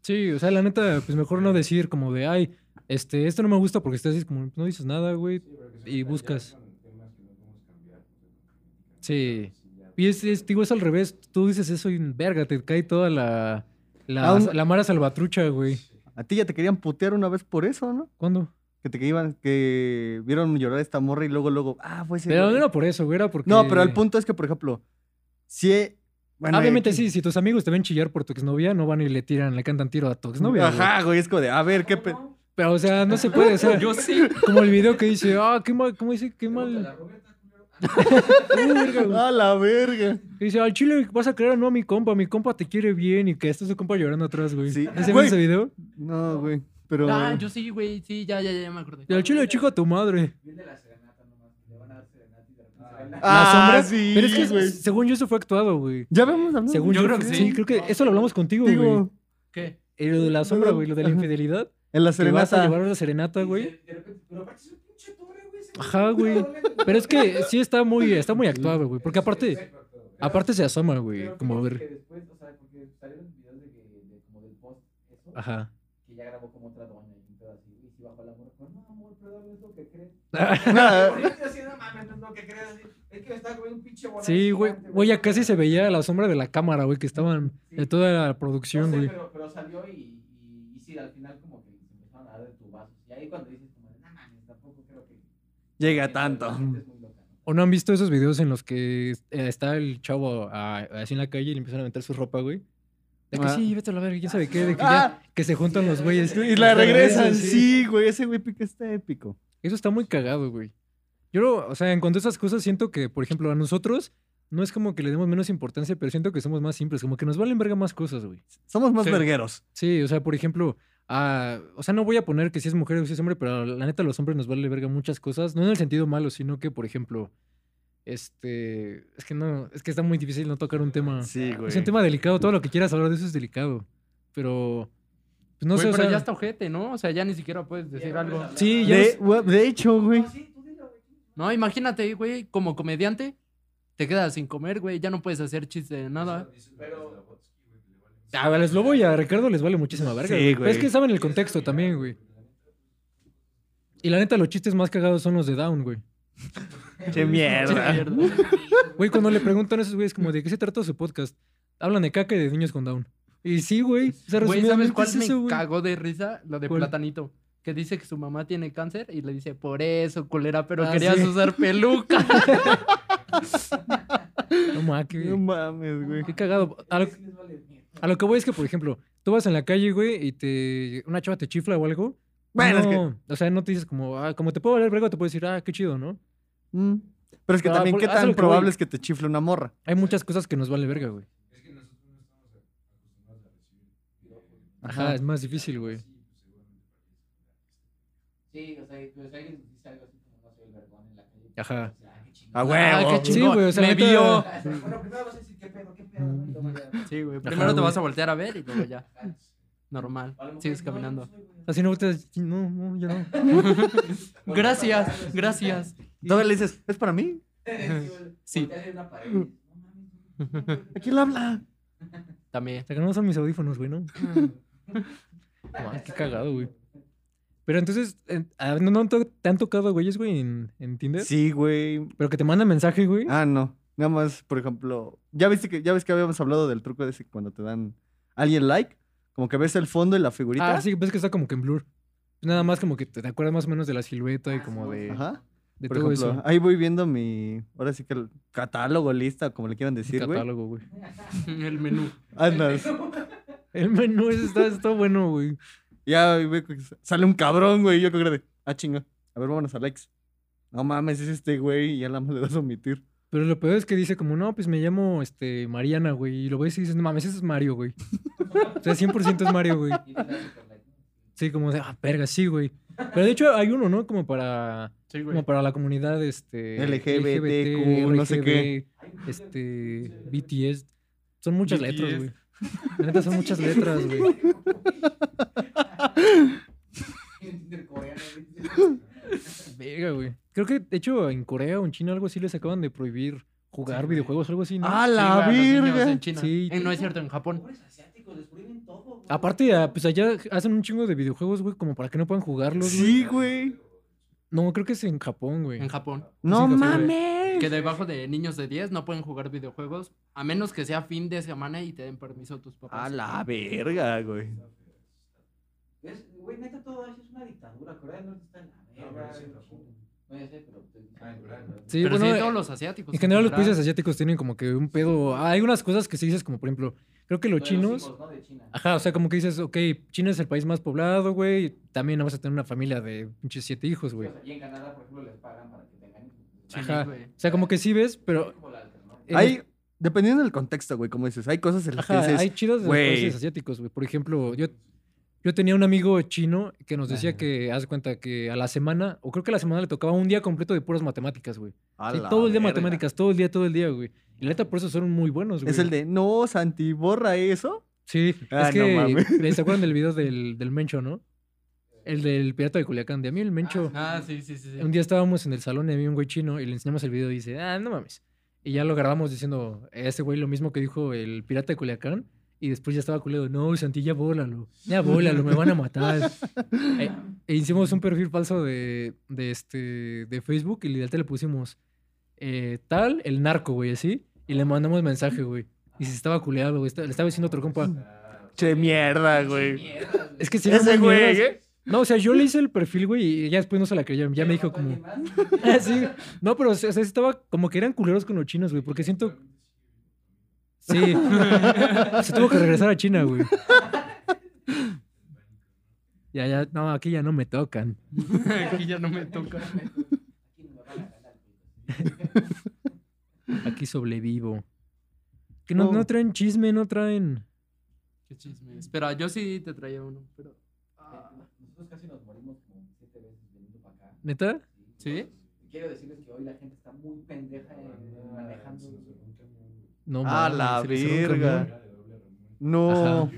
Sí, o sea, la neta, pues mejor no decir como de, ay, este, esto no me gusta porque estás así como, no dices nada, güey.
Sí, pero que se
Y
metan ya
buscas.
con temas que no podemos cambiar, o sea, con crítica, ¿no?
Sí.
Así ya,
Y es, es- digo, es al revés. Tú dices eso y verga, te cae toda la, la,
Aún-
la mara salvatrucha, güey.
A ti ya te querían putear una vez por eso, ¿no?
¿Cuándo?
Que te que iban, que vieron llorar a esta morra y luego, luego, ah, fue ese.
pero
güey.
no era por eso, güey, era porque...
No, pero el punto es que, por ejemplo, si. he- bueno,
Obviamente
aquí-
sí, si tus amigos te ven chillar por tu exnovia, no van y le tiran, le cantan tiro a tu exnovia, güey.
Ajá, güey, es como de, a ver, qué. pe-
pedo.
Pero, o sea, no se puede, o sea,
Yo sí.
como el video que dice, ah, qué mal, ¿cómo dice? Qué
La
mal.
Roberta, culero.
Uh, verga, güey.
A la verga.
Que dice, al chile vas a creer o no a mi compa, mi compa te quiere bien y que está su compa llorando atrás, güey.
Sí.
¿Ese
Güey.
ese video?
No, güey. Pero.
Ah, yo sí, güey. Sí, ya, ya, ya me acordé.
Y al chile chico a tu madre.
Dile la serenata nomás, que le van a dar serenata. y de repente se ve la-
La sombra.
Ah, sí,
Pero es que,
güey.
según yo, eso fue actuado, güey.
Ya vemos hablando.
Según
Yo
yo,
creo que sí.
creo que eso lo hablamos contigo, güey.
Digo,
¿Qué?
Eh, Lo de la sombra, güey, lo de la
Ajá.
infidelidad.
en la
Te vas a
serenata.
llevar la serenata, güey.
De repente, pero aparte es un pinche torre, güey. ese
Ajá, güey. Pero es que sí está muy, está muy actuado, güey. Porque aparte, aparte se asoma, güey.
Pero
Como
fíjate
ver.
que después, o sea, porque salieron videos de que, de como del post, eso,
Ajá.
que ya grabó como otra doña y un pedo así, y si bajó la morra, como, no, amor, perdón, es lo que crees.
Ah,
Yo estoy así, no mames, no es lo que crees, así, es que me estaba comiendo un pinche bola
Sí, güey.
gigante,
Güey, ya casi se veía la sombra de la cámara, güey, que estaban de toda la
No
producción,
sé,
güey.
pero, pero salió y, y, y sí, al final como que se empezaron a dar de tubazos, y ahí cuando dices, como, no mames, tampoco creo que...
Llega
que
tanto.
la gente es muy loca, ¿no?
¿O no han visto esos videos en los que eh, está el chavo ah, así en la calle y le empiezan a aventar su ropa, güey? De que
Ah.
sí, vete a la verga, quién sabe qué, de que
Ah.
ya, que se juntan
Sí,
los güeyes.
Y la
Te
regresan,
regresan,
sí, güey. Ese güey pica está épico.
Eso está muy cagado, güey. Yo, lo- o sea, en cuanto a esas cosas, siento que, por ejemplo, a nosotros no es como que le demos menos importancia, pero siento que somos más simples, como que nos valen verga más cosas, güey.
Somos más
Sí.
vergueros.
Sí, o sea, por ejemplo, ah, o sea, no voy a poner que si es mujer o si es hombre, pero la neta a los hombres nos vale verga muchas cosas, no en el sentido malo, sino que, por ejemplo, este, es que no, es que está muy difícil no tocar un tema.
Sí, güey.
Es un Ah. tema delicado, todo lo que quieras hablar de eso es delicado, pero, pues no
Güey,
sé, o
pero
sea,
ya está ojete, ¿no? O sea, ya ni siquiera puedes decir
Ya no puedes
algo.
hablar.
Sí, ya
De, güey, de hecho, güey.
No, sí, tú dilo, güey.
No, imagínate, güey, como comediante, te quedas sin comer, güey, ya no puedes hacer chiste de nada.
a los Lobo y a Ricardo les vale muchísima verga,
Sí,
güey. Pero es
güey.
que saben el contexto también, güey. Y la neta, los chistes más cagados son los de Down, güey.
Qué mierda.
mierda.
Güey, cuando le preguntan a esos güeyes como de qué se trata su podcast, hablan de caca y de niños con Down. Y sí, güey. O sea,
Güey, ¿sabes
resumidamente
cuál
es
me
eso, güey.
cagó de risa? Lo de
¿Cuál?
Platanito. Que dice que su mamá tiene cáncer y le dice, por eso, culera, pero
Ah,
querías
sí.
usar peluca.
No ma, qué-
No mames, güey.
qué cagado. A lo,
Es que sí les vale mierda.
a lo que voy es que, por ejemplo, tú vas en la calle, güey, y te una chava te chifla o algo.
Bueno, es que-
no, O sea, no te dices como, ah, como te puedo valer verga, te puedo decir, ah, qué chido, ¿no?
Mm. Pero es que
No,
también,
por-
¿qué
haz lo
tan
que
probable
voy.
es que te chifle una morra?
Hay muchas cosas que nos vale verga, güey.
Es que nosotros no estamos acostumbrados a recibir.
pues,
Ajá, es más difícil, Ah, güey.
"Ah, Sí, o sea, pero si alguien dice algo así como, no sé, el vergón en la calle.
Ajá.
o sea, qué chingón.
A
Ah,
huevo.
qué chingón.
Sí, güey, o sea,
me
neta-
vio.
Bueno, primero vas a decir qué pedo, qué pedo, ¿no? Y luego ya-
Sí, güey.
Ajá,
Primero te
güey.
vas a voltear a ver y luego ya.
Ajá.
Normal.
A lo mejor
Sigues
es, no, yo no
caminando.
soy, güey.
Así no, ustedes- no, no, ya no.
Bueno, para-
Gracias, gracias.
Todavía le dices, ¿es para mí?
Sí.
Sí. volteas en una pared y dices, "No mames, no, no, no, no".
¿A quién le habla?
También.
Hasta que no son mis audífonos, güey, ¿no? Ma, qué cagado, güey. Pero entonces, eh, ah, ¿no, no to- te han tocado güeyes, güey, en, en Tinder?
Sí, güey.
Pero que te mandan mensaje, güey.
Ah, no. Nada más, por ejemplo, ya viste que ya ves que habíamos hablado del truco de ese que cuando te dan alguien like, como que ves el fondo y la figurita.
Ah, sí, ves que está como que en blur. Nada más como que te te acuerdas más o menos de la silueta y como de,
Ajá.
de
Por
todo
ejemplo,
eso.
ahí voy viendo mi, ahora sí que el catálogo, lista, como le quieran
El
decir, güey. Ah,
catálogo, güey.
El menú.
Andas.
El menú ese está, está bueno, güey.
Ya ahí veo que sale un cabrón, güey. Yo creo de, ah, chinga. A ver, vámonos a likes. No mames, es este güey y ya la más le das a omitir.
Pero lo peor es que dice como, no, pues me llamo este Mariana, güey. Y lo ves y dices, no mames, ese es Mario, güey. O sea, 100% es Mario, güey.
Y te das super like, ¿no?
Sí, como de, ah, verga, sí, güey. Pero de hecho hay uno, ¿no? Como para,
Sí,
como
güey.
para la comunidad, este...
LGBTQ, no sé qué.
Hay un video que
este
se ve
BTS. Son muchas letras,
BTS.
güey. La neta son muchas letras, güey.
en Tinder coreano, güey.
Verga, güey. Creo que, de hecho, en Corea o en China algo así les acaban de prohibir jugar
Sí, güey.
videojuegos, algo así, ¿no?
¡A
Sí,
Ah,
güey, a
la
los niños
verga!
En China.
Sí.
Eh, no es cierto, en Japón.
Pobres asiáticos, les prohíben todo, güey.
Aparte, ah, pues allá hacen un chingo de videojuegos, güey, como para que no puedan jugarlos, güey.
Sí, güey.
No, creo que es en Japón, güey.
En Japón.
No
güey.
mames.
Que debajo de niños de 10 no pueden jugar videojuegos a menos que sea fin de semana y te den permiso tus papás.
A la verga, güey.
Es- Güey, neta, todo eso es una dictadura. Corea del Norte está en la
No,
verga.
pero sí, en Japón.
No, ya sé, pero estoy diciendo-
Ah, en Corea, ¿no?
Sí,
Pero sí,
bueno,
todos los asiáticos.
en general los países asiáticos tienen como que un pedo... ah, hay unas cosas que sí dices, como por ejemplo, creo que los
Lo de los
chinos...
hijos, ¿no? De China.
Ajá, o sea, como que dices, ok, China es el país más poblado, güey. También vas a tener una familia de pinches siete hijos,
Sí,
pues, güey.
o sea, Y en Canadá, por ejemplo, les pagan para que tengan hijos.
Sí,
Ajá.
güey.
O sea, como que sí ves, pero Eh,
Es como la alternativa.
En
Hay, dependiendo del contexto, güey, como dices, hay cosas en las que
Ajá,
dices,
hay chidas de los
"Güey".
países asiáticos, güey. Por ejemplo, yo, Yo tenía un amigo chino que nos decía
Ajá.
que, haz de cuenta que a la semana, o creo que a la semana le tocaba un día completo de puras matemáticas, güey.
A
Sí,
la
todo el día
verga.
matemáticas, todo el día, todo el día, güey. Y la neta, por eso son muy buenos, güey.
Es el de, no, Santi, borra eso.
Sí,
Ah,
es
no
que.
mames.
¿Se acuerdan del video del, del Mencho, no? El del pirata de Culiacán. De a mí el Mencho.
Ah, sí, sí, sí. sí.
Un día estábamos en el salón y había un güey chino y le enseñamos el video y dice, ah, no mames. Y ya lo grabamos diciendo, ese güey lo mismo que dijo el pirata de Culiacán. Y después ya estaba culero, no, Santi, ya bólalo, ya bólalo, me van a matar. e, e hicimos un perfil falso de, de, este, de Facebook y literal le pusimos eh, tal, el narco, güey, así. Y le mandamos mensaje, güey. Y se estaba culeado, güey. está- Le estaba diciendo a otro compa,
Che, mierda, güey.
Mierda, güey.
es que si
Ese güey, ¿eh?
No, o sea, yo le hice el perfil, güey, y ya después no se la creyó. Ya me dijo como... Ah, sí. No, pero o sea, estaba como que eran culeros con los chinos, güey, porque siento... Sí. se tuvo que regresar a China, güey. Ya, ya, no, aquí ya no me tocan.
Aquí ya no me toca.
Aquí me van a ganar, güey.
Aquí sobrevivo. Que no,
No.
no traen chisme, no traen...
Qué chisme. Espera, yo sí te traía uno, pero.
Nosotros casi nos morimos como siete veces viniendo para acá.
¿Neta?
¿Sí?
Quiero decirles que hoy la gente está muy pendeja
Ah,
en manejando.
No,
A
mames,
la
se pasó un
verga.
camión.
No.
Ajá.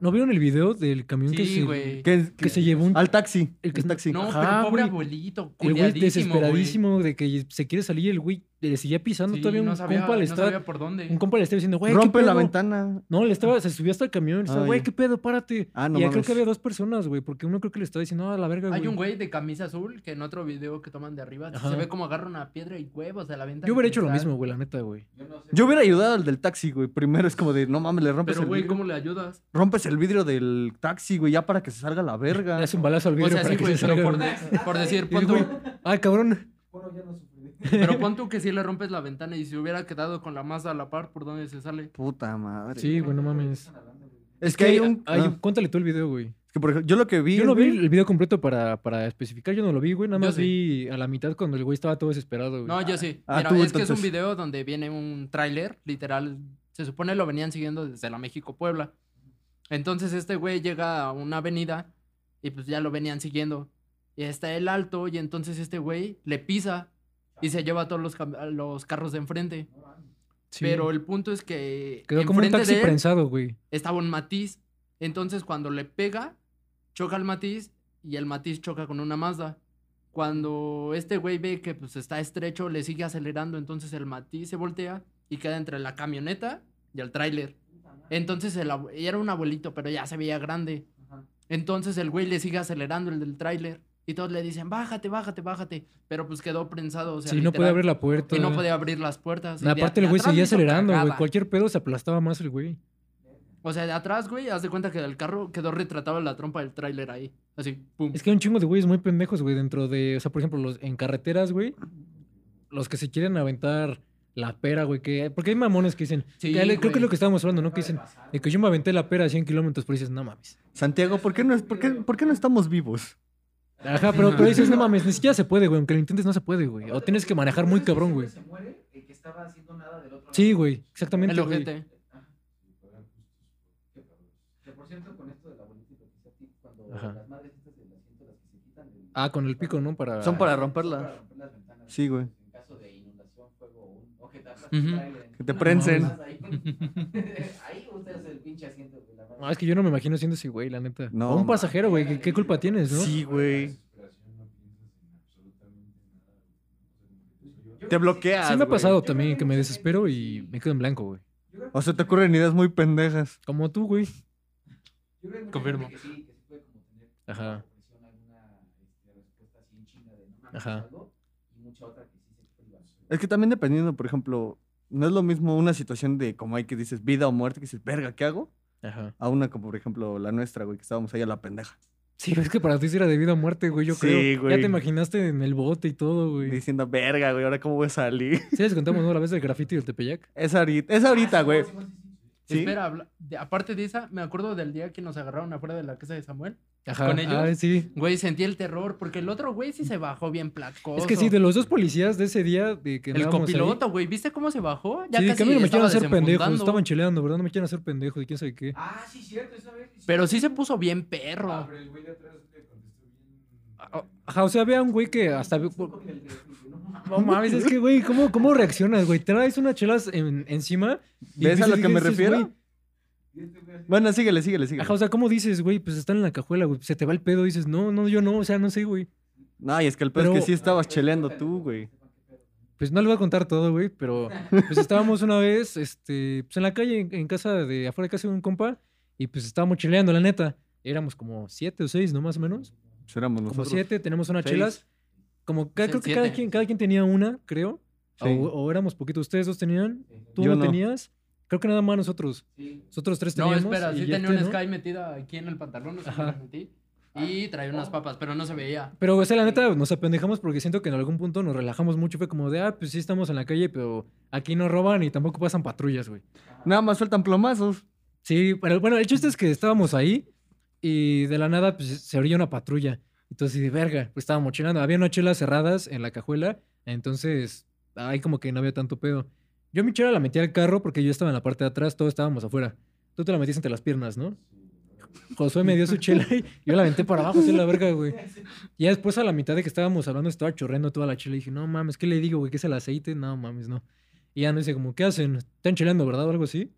¿No vieron el video del camión que,
Sí,
se,
güey.
Que,
que se llevó un...
Al taxi.
el que-
un taxi.
No,
Ajá,
pero pobre
güey.
abuelito.
El güey
culiadísimo, güey.
desesperadísimo de que se quiere salir, el güey le seguía pisando
Sí,
todavía un
no sabía,
compa le
no
estaba,
sabía por dónde.
un compa le estaba diciendo, güey, ¿qué
Rompe la
pedo?".
ventana.
No, le estaba, se subió hasta el camión, le estaba,
Ah,
güey,
ya.
qué pedo, párate.
Ah, no
y ya creo
mames.
que había dos personas, güey, porque uno creo que le estaba diciendo, a la verga, güey.
Hay un güey de camisa azul que en otro video que toman de arriba
Ajá.
se ve como agarra una piedra y huevos de la ventana.
Yo hubiera hecho lo
Está-
mismo, güey, la neta, güey.
Yo no sé.
Yo hubiera ayudado al del taxi, güey. Primero es como de, no mames, le rompes
Pero,
el
güey,
vidrio.
¿cómo le ayudas?
Rompes el vidrio del taxi, güey, ya para que se salga la
Le
verga.
hace un balazo al
O
vidrio
sea,
para
sí,
que
güey,
se
pero
salga,
por,
güey.
de- por decir,
Y
pon
el
tú,
güey, Ay, cabrón.
Bueno, ya no sufrí.
pero pon tú que si le rompes la ventana y si hubiera quedado con la masa a la par, ¿por dónde se sale?
Puta madre.
Sí, güey, no mames.
Es que hay un.
ay,
ah,
Cuéntale tú el video, güey.
es que por ejemplo, yo lo que vi.
Yo no vi
güey,
el video completo para, para especificar, yo no lo vi, güey. Nada
Yo
más
sí.
vi a la mitad cuando el güey estaba todo desesperado, güey.
No, yo sí.
Ah,
Mira,
tú,
es que es
entonces.
un video donde viene un tráiler, literal. Se supone lo venían siguiendo desde la México-Puebla. Entonces este güey llega a una avenida y pues ya lo venían siguiendo. Y está el alto y entonces este güey le pisa y se lleva a todos los, cam- a los carros de enfrente.
Sí.
Pero el punto es que
Quedó como un
enfrente
taxi
de él
prensado, güey.
estaba un matiz. Entonces cuando le pega, choca el matiz y el matiz choca con una Mazda. Cuando este güey ve que pues está estrecho, le sigue acelerando, entonces el matiz se voltea y queda entre la camioneta y el tráiler. Entonces el abue- y era un abuelito, pero ya se veía grande. Entonces el güey le sigue acelerando el del tráiler y todos le dicen, "Bájate, bájate, bájate." Pero pues quedó prensado, o sea,
sí, no puede
literal,
abrir la puerta.
y no podía abrir las puertas. y de-
Aparte,
de
el güey
atrás
seguía
hizo
acelerando, güey.
cagada.
Cualquier pedo se aplastaba más el güey.
O sea, de atrás, güey, haz de cuenta que del carro quedó retratado la trompa del tráiler ahí. Así, pum.
Es que hay un chingo de güeyes muy pendejos, güey, dentro de. O sea, por ejemplo, los en carreteras, güey. Los que se quieren aventar la pera, güey. Que, porque hay mamones que dicen.
Sí,
que- creo
güey.
que es lo que estábamos hablando, ¿no? Que dicen. De que yo me aventé la pera a 100 kilómetros, pero dices, no mames.
Santiago, ¿por qué, no, es- por, qué, por qué no estamos vivos?
Ajá, pero, pero dices, no mames, ni siquiera se puede, güey. Aunque lo intentes, no se puede, güey. O tienes que manejar muy cabrón, güey.
Se muere el que estaba haciendo nada del otro
Sí,
lado.
güey, exactamente.
El
güey.
ojete.
Ajá. Que por cierto, con esto de la bolita que hice a ti, cuando
Ajá.
las madres estas del asiento, las que se quitan. del-
Ah, con el pico, ¿no? Para.
Son para- romperlas.
Son para romper las ventanas.
Sí, güey.
En caso de inundación, fuego, un ojetazo,
Ujú.
tráele.
Que te
No,
prensen.
más Ahí Ahí usas el pinche asiento, güey. la madre.
No, Ah, es que yo no me imagino siendo ese güey, la neta.
No,
O un
ma-
pasajero, güey. ¿qué, qué culpa tienes, no?
Sí, güey.
Yo creo
Te
que
bloqueas.
Sí me ha
güey.
pasado también que me desespero y me quedo en blanco, güey.
yo creo que
O se te
mucha
ocurren ideas muy pendejas.
Como tú, güey.
gente- yo creo que mucha
Confirmo.
gente Que sí, que sí puede como tener
Ajá.
una depresión, alguna este, respuesta así en chinga de no mames
Ajá.
algo, y mucha otra que sí se priva.
Es que también dependiendo, por ejemplo, no es lo mismo una situación de como hay que dices vida o muerte, que dices, verga, ¿qué hago?
Ajá.
A una como, por ejemplo, la nuestra, güey, que estábamos ahí a la pendeja.
Sí, es que para ti sí era de vida o muerte, güey, yo
Sí,
creo.
güey.
Ya te imaginaste en el bote y todo, güey.
Diciendo, verga, güey, ¿ahora cómo voy a salir?
Sí, les contamos, ¿no? La vez del grafiti del Tepeyac.
Es ahorita, es ahorita, güey. Ah, Sí.
Espera, habla- de- aparte de esa, me acuerdo del día que nos agarraron afuera de la casa de Samuel.
Ajá.
¿Con ellos?
Ah, sí.
Güey, sentí el terror porque el otro güey sí se bajó bien placoso.
Es que sí, de los dos policías de ese día de que
El
andábamos ahí-
copiloto, güey, ¿viste cómo se bajó? Ya
sí,
casi
que a mí no me quieren
estaba
hacer pendejos.
desenfundando.
Estaban chileando, ¿verdad? No me quieren hacer pendejos y quién sabe qué.
Ah, sí, cierto, esa vez.
Pero sí se puso bien perro.
Ah, pero el güey de atrás le contestó bien.
Ah, Ajá, o sea, había un güey que hasta...
Con el de- no mames.
No mames, es que, güey, ¿cómo, ¿cómo reaccionas, güey? Traes unas chelas en- encima. y
¿Ves a
dices-
lo que me
dices,
refiero?
güey,
Y este güey así-
Bueno, síguele, síguele, síguele.
Ajá, o sea, ¿cómo dices, güey? Pues están en la cajuela, güey. Se te va el pedo. Dices, no, no, yo no, o sea, no sé, güey.
No, y es que el pedo Ah, es
Pero-
que sí estabas cheleando tú, güey.
Pues no le voy a contar todo, güey, pero pues estábamos una vez, este, pues en la calle, en, en casa de, afuera de casa de un compa, y pues estábamos cheleando, la neta. Éramos como siete o seis, ¿no? Más o menos.
Pues éramos
Como
nosotros.
siete, tenemos unas
Seis.
chelas. Como ca-
Seis,
creo que cada
siete.
quien, cada quien tenía una, creo.
Sí.
O, o éramos poquitos. Ustedes dos tenían, tú
Yo
no
no.
tenías. Creo que nada más nosotros.
Sí.
Nosotros tres
No,
teníamos.
espera,
y
sí
ya
tenía
tú,
una
¿no?
Sky metida aquí en el pantalón, no sé
Ajá.
la metí. Y traía unas papas, pero no se veía.
Pero, o sea, la neta, nos apendejamos porque siento que en algún punto nos relajamos mucho. Fue como de, ah, pues sí estamos en la calle, pero aquí no roban y tampoco pasan patrullas, güey.
Nada más sueltan plomazos.
Sí, pero bueno, el chiste es que estábamos ahí y de la nada pues, se orilla una patrulla. Entonces, de verga, pues estábamos chilando. Había unas chelas cerradas en la cajuela, entonces ahí como que no había tanto pedo. Yo mi chela la metí al carro porque yo estaba en la parte de atrás, todos estábamos afuera. Tú te la metiste entre las piernas, ¿no? Josué me dio su chela y yo la aventé para abajo, así a la verga, güey. Y ya después a la mitad de que estábamos hablando estaba chorreando toda la chela y dije, no mames, ¿qué le digo, güey? ¿Qué es el aceite? No mames, no. Y ya no dice como, ¿qué hacen? ¿Están cheleando, verdad? O algo así.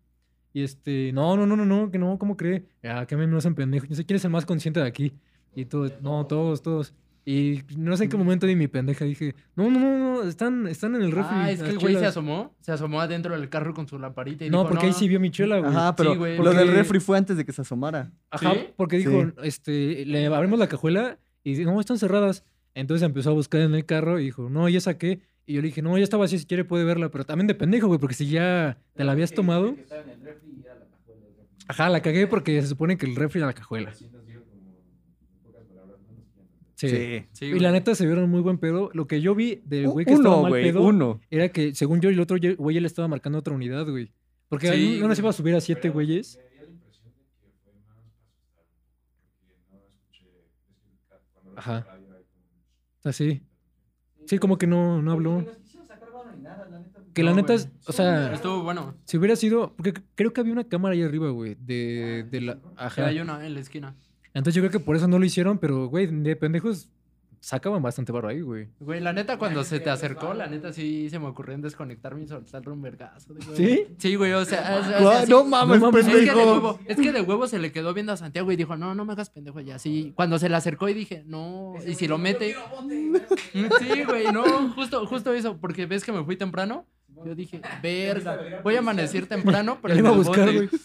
Y este, no, no, no, no, no, que no, ¿cómo cree? Ah, que me no hacen pendejo. Yo sé quién es el más consciente de aquí. Y todo, no, todos, todos. Y no sé en qué momento di mi pendeja. Dije, no, no, no, no, están, están en el refri.
Ah, es que
las
el güey se
chelas".
asomó, se asomó adentro del carro con su lamparita y
No,
dijo,
porque ahí sí vio mi chela, güey.
Ajá, pero
Sí, güey,
lo del
porque-
refri fue antes de que se asomara.
Ajá,
¿Sí?
porque
Sí.
dijo, este, le abrimos la cajuela y dice, no, están cerradas. Entonces empezó a buscar en el carro y dijo, no, ¿y esa qué? Y yo le dije, no, ya estaba así, si quiere puede verla, pero también de pendejo, güey, porque si ya te la habías
Que-
tomado.
que estaba en el refri y era la cajuela del refri.
Ajá, la cagué porque se supone que el refri era la cajuela.
Así nos dijo como, en pocas palabras, no nos quieren.
Sí.
Sí,
Y
güey.
la neta se vieron muy buen pedo. Lo que yo vi del güey que estaba
uno,
mal
güey,
pedo
uno.
era que, según yo, el otro ye- güey ya le estaba marcando otra unidad, güey. Porque
Sí,
ahí uno
güey.
se iba a subir a siete
Pero
güeyes.
Me dio la impresión de que fue más para asustar, porque no escuché. es que ca- cuando
Ajá.
la radio hay como un-
Así. Ah, Sí, como que no, no habló.
Ni nos quisieron sacar varo ni nada, la neta.
Que la
No,
neta,
güey.
es- o sea,
Estuvo bueno.
Si hubiera sido, porque c- creo que había una cámara ahí arriba, güey, de, de la...
Que
Ajá.
hay una en la esquina.
Entonces yo creo que por eso no lo hicieron, pero, güey, de pendejos sacaban bastante barro ahí, güey.
Güey, la neta, cuando se te acercó, la neta sí se me ocurrió en desconectarme y soltar un vergazo. de güey.
¿Sí?
Sí, güey, o sea. o sea, o sea,
Ah,
sí.
No mames,
No mames,
Es que, de
pendejo.
huevo, es que de huevo se le quedó viendo a Santiago y dijo, no, no me hagas pendejo ya. Sí, cuando se le acercó y dije, no, y si lo mete. Sí, güey, no, justo, justo eso, porque ves que me fui temprano. Yo dije, verga, voy a amanecer temprano, pero
Yo lo
en
iba a
el
buscar,
bote".
güey.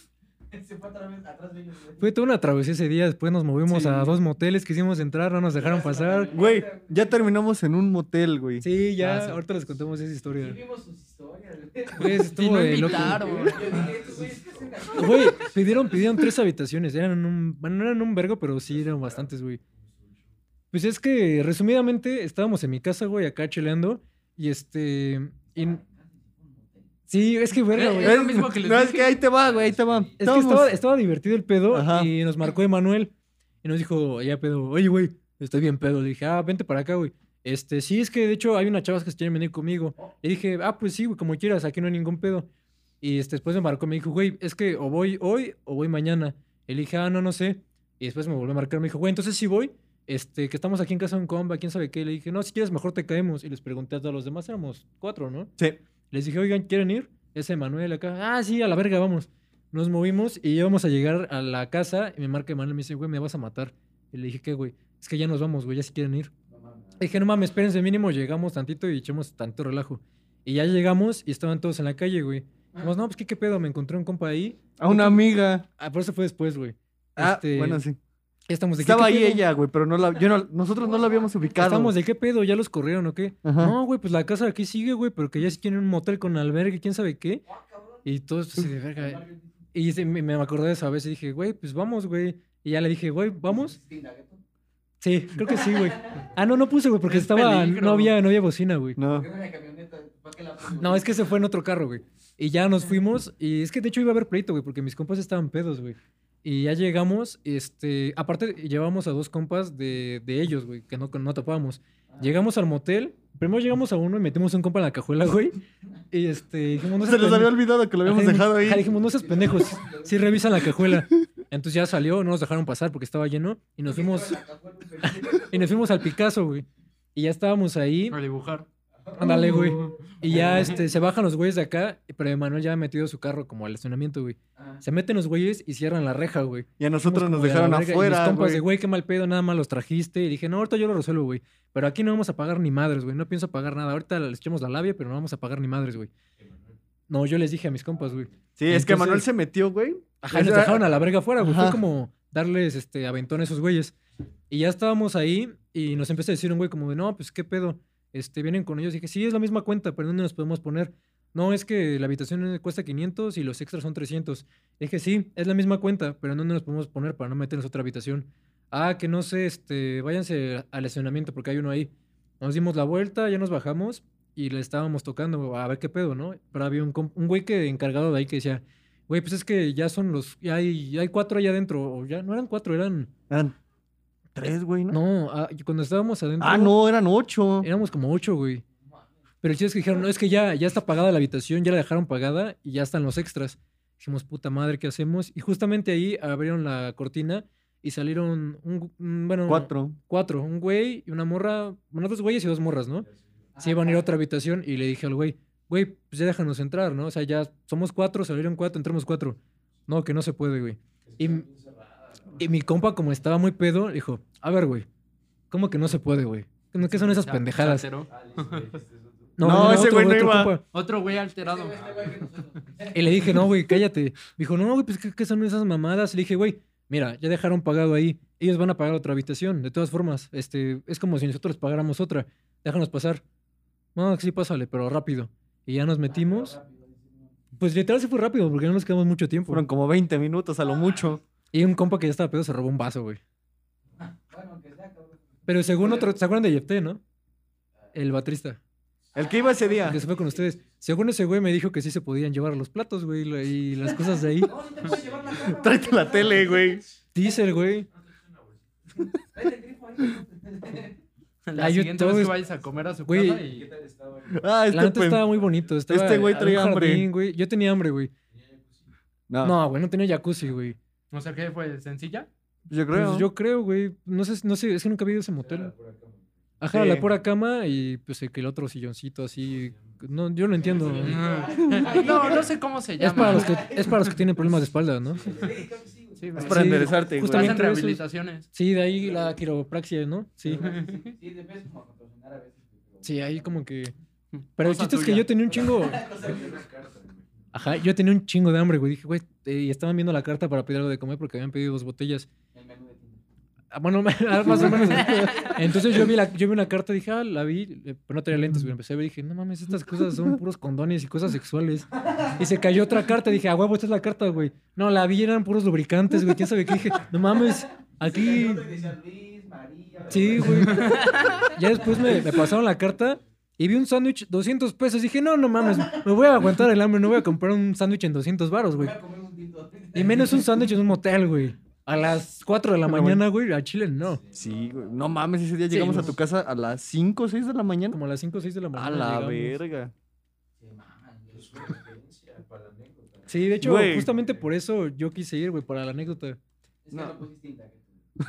Se fue otra vez atrás de ellos. güey.
Fue toda una travesía ese día, después nos movimos
Sí.
a dos moteles, quisimos entrar, no nos dejaron pasar.
Güey, ya terminamos en un motel, güey.
Sí, ya,
Ah, sí.
ahorita les contamos esa
Sí,
historia.
vimos sus historias. güey.
Güey, eso
Y
estuvo
no
de loco.
invitaron.
"Este
Yo dije, estos güeyes, ¿qué hacen aquí?
Güey, pidieron, pidieron tres habitaciones, eran un... Bueno, no eran un vergo, pero sí eran bastantes, güey. Pues es que, resumidamente, estábamos en mi casa, güey, acá cheleando, y este... y- Sí, es que verga, güey.
Es lo mismo que les
No, es
dije.
que ahí te va, güey, ahí te va.
Es que estaba, estaba divertido el pedo
Ajá.
y nos marcó Emanuel y nos dijo, ya pedo, oye, güey, estoy bien pedo. Le dije, ah, vente para acá, güey. Este, sí, es que de hecho hay unas chavas que se quieren venir conmigo. Le dije, ah, pues sí, güey, como quieras, aquí no hay ningún pedo. Y este, después me marcó, me dijo, güey, es que o voy hoy o voy mañana. Y le dije, ah, no, no sé. Y después me volvió a marcar, me dijo, güey, entonces sí voy, este, que estamos aquí en casa de un comba, quién sabe qué. Le dije, no, si quieres mejor te caemos. Y les pregunté a todos los demás, éramos cuatro, ¿no?
Sí.
Les dije, oigan, ¿quieren ir? Ese Manuel acá. Ah, sí, a la verga, vamos. Nos movimos y íbamos a llegar a la casa y me marca Manuel y me dice, güey, me vas a matar. Y le dije, ¿qué, güey? Es que ya nos vamos, güey, ya si quieren ir.
Este
Le dije, no mames, espérense, mínimo llegamos tantito y echemos tanto relajo. Y ya llegamos y estaban todos en la calle, güey. Dijimos, no, pues qué, qué pedo, me encontré un compa ahí.
A una amiga.
Ah, por eso fue después, güey.
Ah,
Este,
bueno, sí.
ya Estamos de ¿qué-
Estaba
qué
ahí
pedo?
ella, güey, pero no la, yo no, nosotros no la habíamos ubicado.
Estamos de qué pedo, ya los corrieron o qué.
Ajá.
No, güey, pues la casa aquí sigue, güey, pero que ya sí tienen un motel con albergue, quién sabe qué.
Ah,
Y todos así de verga. Y se- me, me acordé de eso a veces y dije, güey, pues vamos, güey. Y ya le dije, güey, ¿vamos?
Sí, la gueto.
Sí, creo que sí, güey. Ah, no, no puse, güey, porque
Es
estaba.
peligro.
No había, no había bocina, güey.
No.
Porque era una camioneta, ¿para qué la pongo?
No, es que se fue en otro carro, güey. Y ya nos fuimos. Y es que de hecho iba a haber pleito, güey, porque mis compas estaban pedos, güey. Y ya llegamos, este. Aparte, llevamos a dos compas de, de ellos, güey, que no, no topábamos.
Ah,
Llegamos al motel. Primero llegamos a uno y metimos un compa en la cajuela, güey. Y este. Dijimos, no
Se
seas
les
pendejo.
había olvidado que lo habíamos
Ajá, dijimos-
dejado
ajá,
ahí.
dijimos, no seas pendejos. Sí, revisan la cajuela. Entonces ya salió, no nos dejaron pasar porque estaba lleno y nos fuimos y nos fuimos al Picasso, güey. Y ya estábamos ahí.
A dibujar.
Ándale, güey. Y ya este, se bajan los güeyes de acá, pero Emanuel ya ha metido su carro como al estacionamiento, güey. Se meten los güeyes y cierran la reja, güey.
Y a nosotros
Fuimos
nos
como de a la
dejaron
verga, y mis
afuera,
compas de,
güey.
güey, qué mal pedo, nada más los trajiste. Y dije, no, ahorita yo lo resuelvo, güey. Pero aquí no vamos a pagar ni madres, güey. No pienso pagar nada. Ahorita les echamos la labia, pero no vamos a pagar ni madres, güey. No, yo les dije a mis compas, güey.
Sí, es que
Entonces-
Manuel se metió, güey.
Ajá, y nos dejaron a la verga afuera, güey. Fue
Ajá.
como darles este aventón a esos güeyes. Y ya estábamos ahí y nos empezó a decir un güey como de, no, pues qué pedo. Este, vienen con ellos. Y dije, sí, es la misma cuenta, pero ¿dónde nos podemos poner? No, es que la habitación cuesta 500 y los extras son 300. Dije, sí, es la misma cuenta, pero ¿dónde nos podemos poner para no meternos a otra habitación? Ah, que no sé, este, váyanse al estacionamiento porque hay uno ahí. Nos dimos la vuelta, ya nos bajamos y le estábamos tocando a ver qué pedo, ¿no? Pero había un, comp- un güey que encargado de ahí que decía, Güey, pues es que ya son los. Ya hay, ya hay cuatro allá adentro. O ya no eran cuatro, eran.
Eran tres, güey, ¿no?
No, ah, y cuando estábamos adentro.
Ah, no, eran ocho.
Éramos como ocho, güey. Pero el chiste es que dijeron, no, es que ya, ya está pagada la habitación, ya la dejaron pagada y ya están los extras. Dijimos, puta madre, ¿qué hacemos? Y justamente ahí abrieron la cortina y salieron. Un, gu- mm, bueno,
Cuatro.
cuatro. Un güey y una morra. Bueno, dos güeyes y dos morras, ¿no? se iban a ir a otra habitación y le dije al güey, güey, pues ya déjanos entrar, ¿no? O sea, ya somos cuatro, salieron cuatro, entramos cuatro. No, que no se puede, güey. Y, y mi compa, como estaba muy pedo, dijo, a ver, güey, ¿cómo que no se puede, güey? ¿Qué qué son esas
Se- se
pendejadas?
alteró.
No, ese güey no iba.
Otro güey alterado.
Y le dije, no, güey, cállate. Me dijo, no, güey, pues ¿qué, qué son esas mamadas? Le dije, güey, mira, ya dejaron pagado ahí. Ellos van a pagar otra habitación. De todas formas, este, es como si nosotros pagáramos otra. Déjanos pasar. No, sí, pásale, pero rápido. Y ya nos metimos. Pues literal se fue rápido porque no nos quedamos mucho tiempo.
Fueron como 20 minutos a lo mucho.
Y un compa que ya estaba pedo se robó un vaso, güey. Pero según otro, ¿se acuerdan de Yepte, no? El batrista.
El que iba ese día.
Que se fue con ustedes. Según ese güey me dijo que sí se podían llevar los platos, güey, y la- y las cosas de ahí.
Tráete la tele, güey.
Dice el güey.
La
Ah, yo
siguiente
todo
vez que
es-
vayas a comer a su
Güey.
casa y...
Ah,
la
este
neta
pen-
estaba muy bonito. estaba-
este güey
había
traía
un
hambre. Ah.
jardín, güey. Yo tenía hambre, güey.
No,
No, güey, no tenía jacuzzi, güey.
O sea, ¿qué fue? ¿Sencilla?
yo
Pues
creo.
yo creo, güey. No sé, no sé, es que nunca había ido a ese motel. Ajá,
Sí.
la pura cama y pues el que el otro silloncito así. No, yo no entiendo.
No, no sé cómo se llama.
Es para los que, es para los que tienen problemas de espalda, ¿no?
Sí,
Es
güey.
para
Sí,
enderezarte, güey.
justamente-
Hacen rehabilitaciones.
Sí, de ahí la quiropraxia, ¿no? Sí. Sí, ahí como que. Pero el
Cosa
chiste es que
tuya.
yo tenía un chingo. Ajá, yo tenía un chingo de hambre, güey. Dije, güey, eh, y estaban viendo la carta para pedir algo de comer porque habían pedido dos botellas. Ah, Bueno, más o menos. Entonces yo vi, la, yo vi una carta, dije, ah, la vi, eh, pero no tenía lentes, güey. Empecé a ver, dije, no mames, estas cosas son puros condones y cosas sexuales. Y se cayó otra carta, dije, ah, huevo, esta es la carta, güey. No, la vi, eran puros lubricantes, güey. ¿Quién sabe qué? Dije, no mames, aquí. Sí, güey. Ya después me, me pasaron la carta y vi un sándwich 200 pesos. Dije, no, no mames, me voy a aguantar el hambre, no voy a comprar un sándwich en 200 varos, güey. Y menos un sándwich en un motel, güey. A las 4 de la mañana, güey, a Chile no.
Sí, güey. No mames, ese día llegamos
no.
a tu casa a las 5 o 6 de la mañana.
Como a las 5 o 6 de la mañana.
A
llegamos.
la verga.
Sí, de hecho,
Güey.
justamente por eso yo quise ir, güey, para la anécdota.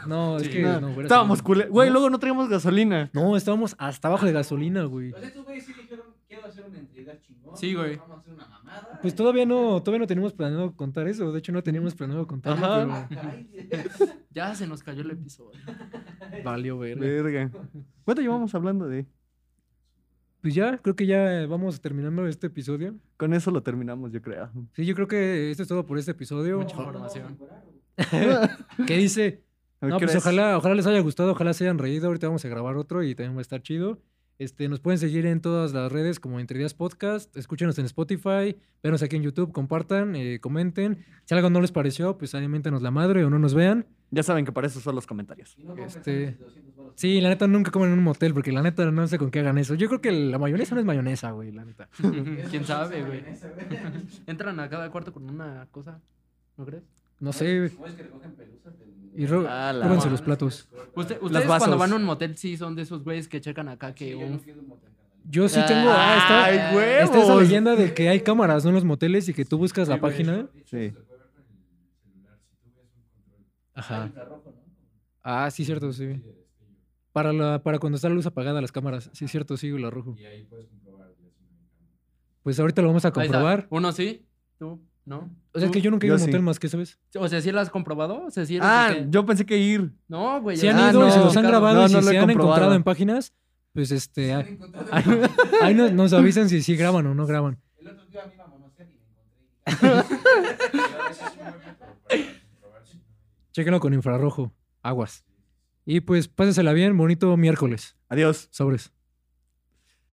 No, es
Sí.
que
No,
no, güey, era
Estábamos
así.
cule... Güey,
No,
luego no traíamos gasolina.
No, estábamos hasta abajo de gasolina, güey.
O sea, estos güeyes sí dijeron, quiero hacer una entrega chingón.
Sí, güey.
Vamos a hacer una mamada.
Pues todavía no, todavía no teníamos planeado contar eso. De hecho, no teníamos planeado contarlo,
Ah,
Ajá.
Ya se nos cayó el episodio.
pero valió verga.
Verga. ¿Cuánto llevamos hablando de?
Pues ya, creo que ya vamos terminando este episodio.
Con eso lo terminamos, yo creo.
Sí, yo creo que esto es todo por este episodio.
Mucha información.
¿Qué dice?
¿Qué
No, pues
crees?
ojalá, ojalá les haya gustado, ojalá se hayan reído. Ahorita vamos a grabar otro y también va a estar chido. Este, nos pueden seguir en todas las redes como Entre Días Podcast. Escúchenos en Spotify, véanos aquí en YouTube, compartan, eh, comenten. Si algo no les pareció, pues ahí miéntenos la madre o no nos vean.
Ya saben que para eso son los comentarios.
Este, Sí, la neta nunca comen en un motel porque la neta no sé con qué hagan eso. Yo creo que la mayonesa no es mayonesa, güey, la neta.
¿Quién sabe, güey? Entran a cada cuarto con una cosa, ¿no crees?
No sé.
¿Cómo es que recogen pelusas del-
Y ro-
Ah, la
róbense
madre.
los platos.
Usted-
Los
ustedes
vasos.
cuando van a un motel sí son de esos güeyes que checan acá
Sí,
que
yo
un...
no fui de un motel, carnal.
Yo sí tengo. Ah, está.
¡Ay, huevos!
Está esa leyenda de Ah. que hay cámaras, ¿no? En los moteles y que tú buscas la página.
Sí.
Ah,
Ajá.
infrarrojo, ¿no?
Ah, sí, cierto, sí.
de destello.
Para, la, para cuando está la luz apagada las cámaras. Sí, cierto, sí, lo rojo.
Y ahí puedes comprobar ya si no hay cámara.
Pues ahorita lo vamos a
Ahí está.
comprobar.
Uno sí, tú, ¿no?
O sea, es que
Tú.
yo nunca he ido a
Yo
un
sí.
hotel más que, ¿sabes?
O sea, ¿sí lo has comprobado? O sea, ¿sí eres
Ah,
de que-
yo pensé que ir.
No, güey.
Si
Pues
han
ya
Ah,
ido
lo
y
hemos
se los han
platicado.
grabado
No,
y si
no lo
se
he
han encontrado
comprobado.
en páginas, pues este,
Se han
ahí,
encontrado-
ahí nos, nos avisan si sí graban o no graban.
El otro día me iba a manosear y "Ah, me encontré.
Pero ese es un buen método para comprobar si no hay-
Chéquenlo con infrarrojo, aguas. Y pues pásensela bien, bonito miércoles.
Adiós.
Sobres.